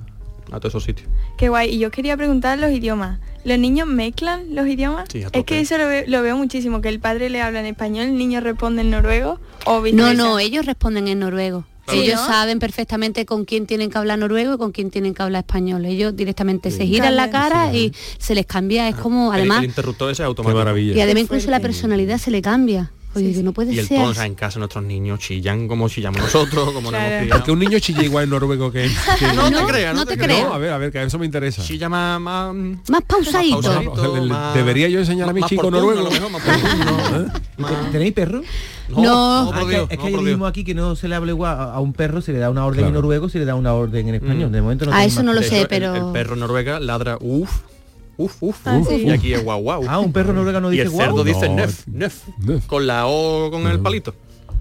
Speaker 12: a todos esos sitios.
Speaker 10: Qué guay. Y yo quería preguntar los idiomas. ¿Los niños mezclan los idiomas?
Speaker 12: Sí, a
Speaker 10: es que eso lo, ve- lo veo muchísimo, que el padre le habla en español, el niño responde en noruego o
Speaker 5: No,
Speaker 10: viceversa.
Speaker 5: no, ellos responden en noruego.
Speaker 10: Claro.
Speaker 5: Ellos
Speaker 10: ¿Sí, no?
Speaker 5: saben perfectamente con quién tienen que hablar noruego y con quién tienen que hablar español. Ellos directamente se giran la
Speaker 10: También.
Speaker 5: cara y se les cambia, es como
Speaker 12: El-
Speaker 5: además
Speaker 12: el, interruptor ese es automático.
Speaker 5: y además incluso la personalidad se le cambia. Oye, que no puede
Speaker 12: Y el
Speaker 5: ser.
Speaker 12: tono, o
Speaker 5: así. *laughs*
Speaker 12: sea, en casa nuestros niños chillan como chillamos nosotros, como nos hemos
Speaker 5: Claro.
Speaker 12: criado.
Speaker 8: Porque un niño chilla igual en noruego que... que-
Speaker 12: *laughs* No, te creas, no, te creas.
Speaker 8: No, a ver, a ver, que eso me interesa.
Speaker 12: Chilla más... más
Speaker 5: Más pausadito.
Speaker 8: Le- le- Debería yo enseñar a mi
Speaker 12: más
Speaker 8: chico
Speaker 12: por turno,
Speaker 8: noruego.
Speaker 12: a lo mejor, más
Speaker 9: ¿Tenéis perro?
Speaker 12: No, No. no, por
Speaker 9: Ah, es que-
Speaker 12: Dios,
Speaker 9: es
Speaker 12: no,
Speaker 9: que
Speaker 12: por
Speaker 9: yo mismo aquí que no se le habla igual a, a un perro, se le da una orden en noruego, se le da una orden en español. De momento no
Speaker 5: A
Speaker 9: tengo
Speaker 5: eso
Speaker 9: más
Speaker 5: no lo
Speaker 9: perro.
Speaker 5: sé,
Speaker 12: El- Mm. El,
Speaker 5: pero-
Speaker 12: perro en noruega ladra uff, uff, uff,
Speaker 5: Ah,
Speaker 12: uff,
Speaker 5: sí.
Speaker 12: y aquí es guau guau.
Speaker 9: Ah, un perro noruego no
Speaker 12: Y
Speaker 9: dice
Speaker 12: el
Speaker 9: guau.
Speaker 12: cerdo dice
Speaker 9: No.
Speaker 12: nef, nef, con la O con el palito.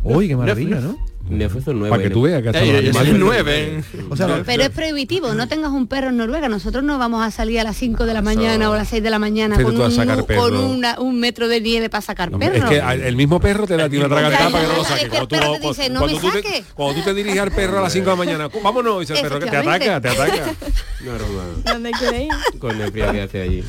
Speaker 9: Uy, qué maravilla, ¿no?
Speaker 11: Nef es el nuevo,
Speaker 8: Para que
Speaker 11: Nef.
Speaker 8: tú veas que hasta
Speaker 12: Ey,
Speaker 8: los
Speaker 12: ey,
Speaker 8: animales-
Speaker 12: ey, nueve.
Speaker 9: O sea,
Speaker 5: Pero es prohibitivo, no tengas un perro en Noruega. Nosotros no vamos a salir a las 5 de la mañana o a las 6 de la mañana
Speaker 8: Vete
Speaker 5: con,
Speaker 8: tú a
Speaker 5: un,
Speaker 8: sacar
Speaker 5: nu-
Speaker 8: perro.
Speaker 5: con una- un metro de nieve para sacar perro.
Speaker 8: Es que a- el mismo perro te da a ti una
Speaker 5: Ya,
Speaker 8: tragantada
Speaker 5: ya,
Speaker 8: para que no lo
Speaker 5: ya,
Speaker 8: saques.
Speaker 5: es que el
Speaker 8: tú,
Speaker 5: este perro
Speaker 8: lo-
Speaker 5: te dice, "No me
Speaker 8: tú te,
Speaker 5: saques".
Speaker 8: cuando tú te diriges al perro a las 5 de la mañana, "Cu- vámonos, dice el perro que te ataca, te ataca.
Speaker 10: *laughs* ¿Dónde queréis?
Speaker 11: Con el frío que hace allí.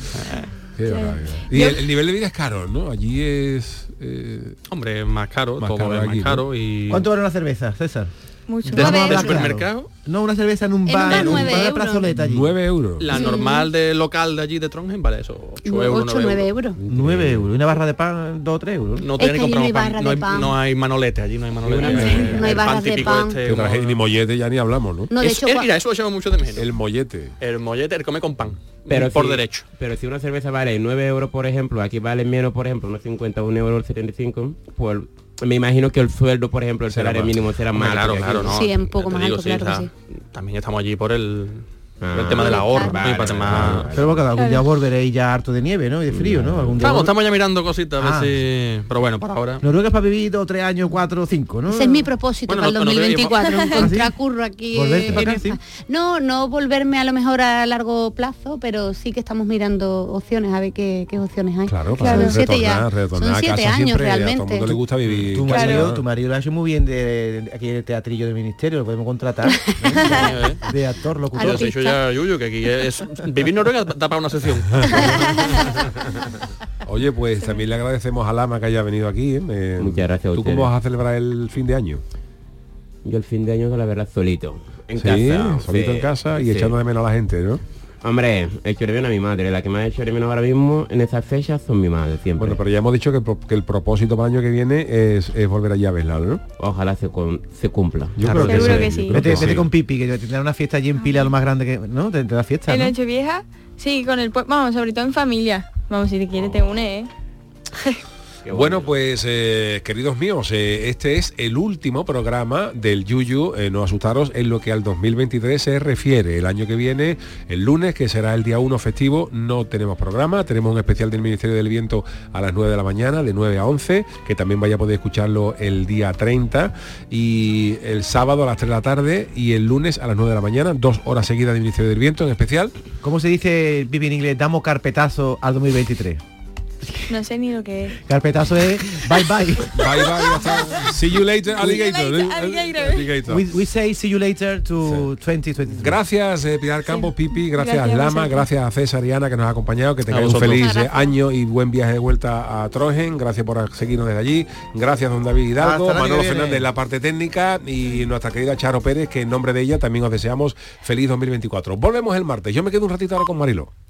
Speaker 8: Qué maravilla. Y el, el nivel de vida es caro, ¿no? Allí es... eh,
Speaker 12: Hombre, es más caro,
Speaker 8: Más
Speaker 12: todo
Speaker 8: caro
Speaker 12: es más
Speaker 8: aquí, ¿no?
Speaker 12: caro y...
Speaker 9: ¿Cuánto vale una cerveza, César?
Speaker 10: Mucho.
Speaker 12: De- de supermercado.
Speaker 9: No, una cerveza en un
Speaker 12: En
Speaker 9: bar,
Speaker 12: una
Speaker 9: en un
Speaker 12: nueve
Speaker 9: bar de
Speaker 12: euros.
Speaker 9: plazoleta allí.
Speaker 8: 9 euros.
Speaker 12: La
Speaker 9: Sí.
Speaker 12: normal de local de allí de Trondheim vale eso, 8 euros, 9 euros.
Speaker 5: 9 euros.
Speaker 9: 9 euros. Una barra de pan, 2 o 3 euros.
Speaker 12: No tiene
Speaker 5: que
Speaker 12: ni
Speaker 5: allí no hay
Speaker 12: compramos pan.
Speaker 5: barra
Speaker 12: No
Speaker 5: de
Speaker 12: hay,
Speaker 5: pan.
Speaker 12: no hay manoletes, allí no hay manoletes.
Speaker 5: hay-
Speaker 12: Eh, El
Speaker 5: no hay barras
Speaker 12: pan
Speaker 5: de
Speaker 12: típico
Speaker 5: pan.
Speaker 12: este,
Speaker 8: que traje- Eh, ni mollete ya ni hablamos, ¿no?
Speaker 5: No, de
Speaker 12: Eso-
Speaker 5: hecho,
Speaker 12: eh,
Speaker 5: cua-
Speaker 12: mira, eso lo echamos mucho de menos.
Speaker 8: El mollete.
Speaker 12: El mollete, el come con pan.
Speaker 11: Pero
Speaker 12: por
Speaker 11: si-
Speaker 12: derecho.
Speaker 11: Pero si una cerveza vale 9 euros, por ejemplo, aquí vale menos, por ejemplo, unos 50, 1 euro 75, pues me imagino que el sueldo, por ejemplo, el
Speaker 12: Será
Speaker 11: salario
Speaker 12: más.
Speaker 11: mínimo será
Speaker 12: Hombre,
Speaker 11: más.
Speaker 12: claro,
Speaker 11: alto que aquí.
Speaker 12: claro, no.
Speaker 5: Sí, un poco
Speaker 12: Te
Speaker 5: más alto, claro que
Speaker 12: o sea, También estamos allí por el, por
Speaker 11: Ah.
Speaker 12: el tema del ahorro. ¿no? Y para temas-
Speaker 9: Pero bueno, que algún día volveréis ya harto de nieve, ¿no? Y de frío, ¿no? Algún día
Speaker 12: Estamos,
Speaker 9: vol-
Speaker 12: estamos ya mirando cositas, a
Speaker 9: Ah.
Speaker 12: ver si... Pero bueno, por ahora...
Speaker 9: Noruega es para vivir 2, 3 años, 4, 5, ¿no?
Speaker 5: Ese es mi propósito
Speaker 9: Bueno,
Speaker 5: para el
Speaker 9: no- no te veíamos.
Speaker 5: 2024,
Speaker 9: *laughs* ¿Ah, sí?
Speaker 5: encontrar curro aquí.
Speaker 9: Volverte
Speaker 5: en
Speaker 9: para acá,
Speaker 5: España. No, no volverme a lo mejor a largo plazo, pero sí que estamos mirando opciones, a ver qué, qué opciones hay.
Speaker 8: Claro,
Speaker 5: Son
Speaker 8: claro.
Speaker 5: siete ya-
Speaker 8: retornar, retornar
Speaker 5: son
Speaker 8: a
Speaker 5: siete
Speaker 8: casa
Speaker 5: años
Speaker 8: siempre, a todo el
Speaker 5: realmente.
Speaker 8: mundo le gusta vivir.
Speaker 9: Tu
Speaker 8: Claro.
Speaker 9: marido, tu marido lo ha hecho muy bien de, de aquí en el teatrillo del ministerio, lo podemos contratar.
Speaker 12: eh, *laughs*
Speaker 9: de actor,
Speaker 12: Ya
Speaker 9: locutor.
Speaker 12: os he dicho ya, Yuyu, que aquí es... Vivir en Noruega da para una sesión.
Speaker 8: Oye, pues también le agradecemos a Lama que haya venido aquí. ¿eh? Eh,
Speaker 11: Muchas gracias a
Speaker 8: ¿Tú cómo
Speaker 11: ustedes.
Speaker 8: vas a celebrar el fin de año?
Speaker 11: Yo el fin de año, la verdad, solito. En
Speaker 8: Sí,
Speaker 11: casa.
Speaker 8: solito en casa y echando de menos a la gente, ¿no?
Speaker 11: Hombre, echo de menos a mi madre. La que más echo de menos ahora mismo en estas fechas son mi madre, siempre.
Speaker 8: Bueno, pero ya hemos dicho que, el pro- que el propósito para el año que viene eh, es, es volver allí a verla, ¿no?
Speaker 11: Ojalá se, con- se cumpla.
Speaker 8: Yo creo que Seguro sí. que sí.
Speaker 9: Vete,
Speaker 8: Sí.
Speaker 9: vete con Pipi, que tendrá una fiesta allí en Pila, lo más grande que... ¿No? Te, te da fiesta,
Speaker 10: ¿En
Speaker 9: ¿no?
Speaker 10: Nochevieja? Sí, con el pueblo. Vamos, sobre todo en familia. Vamos, si te quieres te une, ¿eh?
Speaker 8: Bueno, pues eh, queridos míos, eh, este es el último programa del Yuyu, eh, no asustaros, en lo que al 2023 se refiere. El año que viene, el lunes, que será el día 1 festivo, no tenemos programa, tenemos un especial del Ministerio del Viento a las 9 de la mañana, de 9 a 11, que también vaya a poder escucharlo el día 30, y el sábado a las 3 de la tarde y el lunes a las 9 de la mañana, dos horas seguidas del Ministerio del Viento en especial.
Speaker 9: ¿Cómo se dice, Vivi, en inglés? Damos carpetazo al 2023.
Speaker 10: No sé ni lo que es.
Speaker 9: Carpetazo es bye bye.
Speaker 8: Bye bye,
Speaker 10: *laughs*
Speaker 8: hasta- See you later, alligator. ¿eh?
Speaker 10: Alligator, alligator.
Speaker 8: Alligator.
Speaker 9: We, we say see you later to 2023.
Speaker 8: Gracias eh, Pilar Campos, Pipi, gracias,
Speaker 9: Gracias a
Speaker 8: Lama,
Speaker 9: vosotros.
Speaker 8: gracias a César y Ana que nos ha acompañado, que tengáis un
Speaker 4: vosotros.
Speaker 8: feliz eh,
Speaker 4: Muchas gracias.
Speaker 8: año y buen viaje de vuelta a Trojen, gracias por seguirnos desde allí, gracias don David Hidalgo,
Speaker 4: Hasta el año
Speaker 8: Manolo
Speaker 4: que viene.
Speaker 8: Fernández en la parte técnica y nuestra querida Charo Pérez, que en nombre de ella también os deseamos feliz 2024. Volvemos el martes, yo me quedo un ratito ahora con Marilo.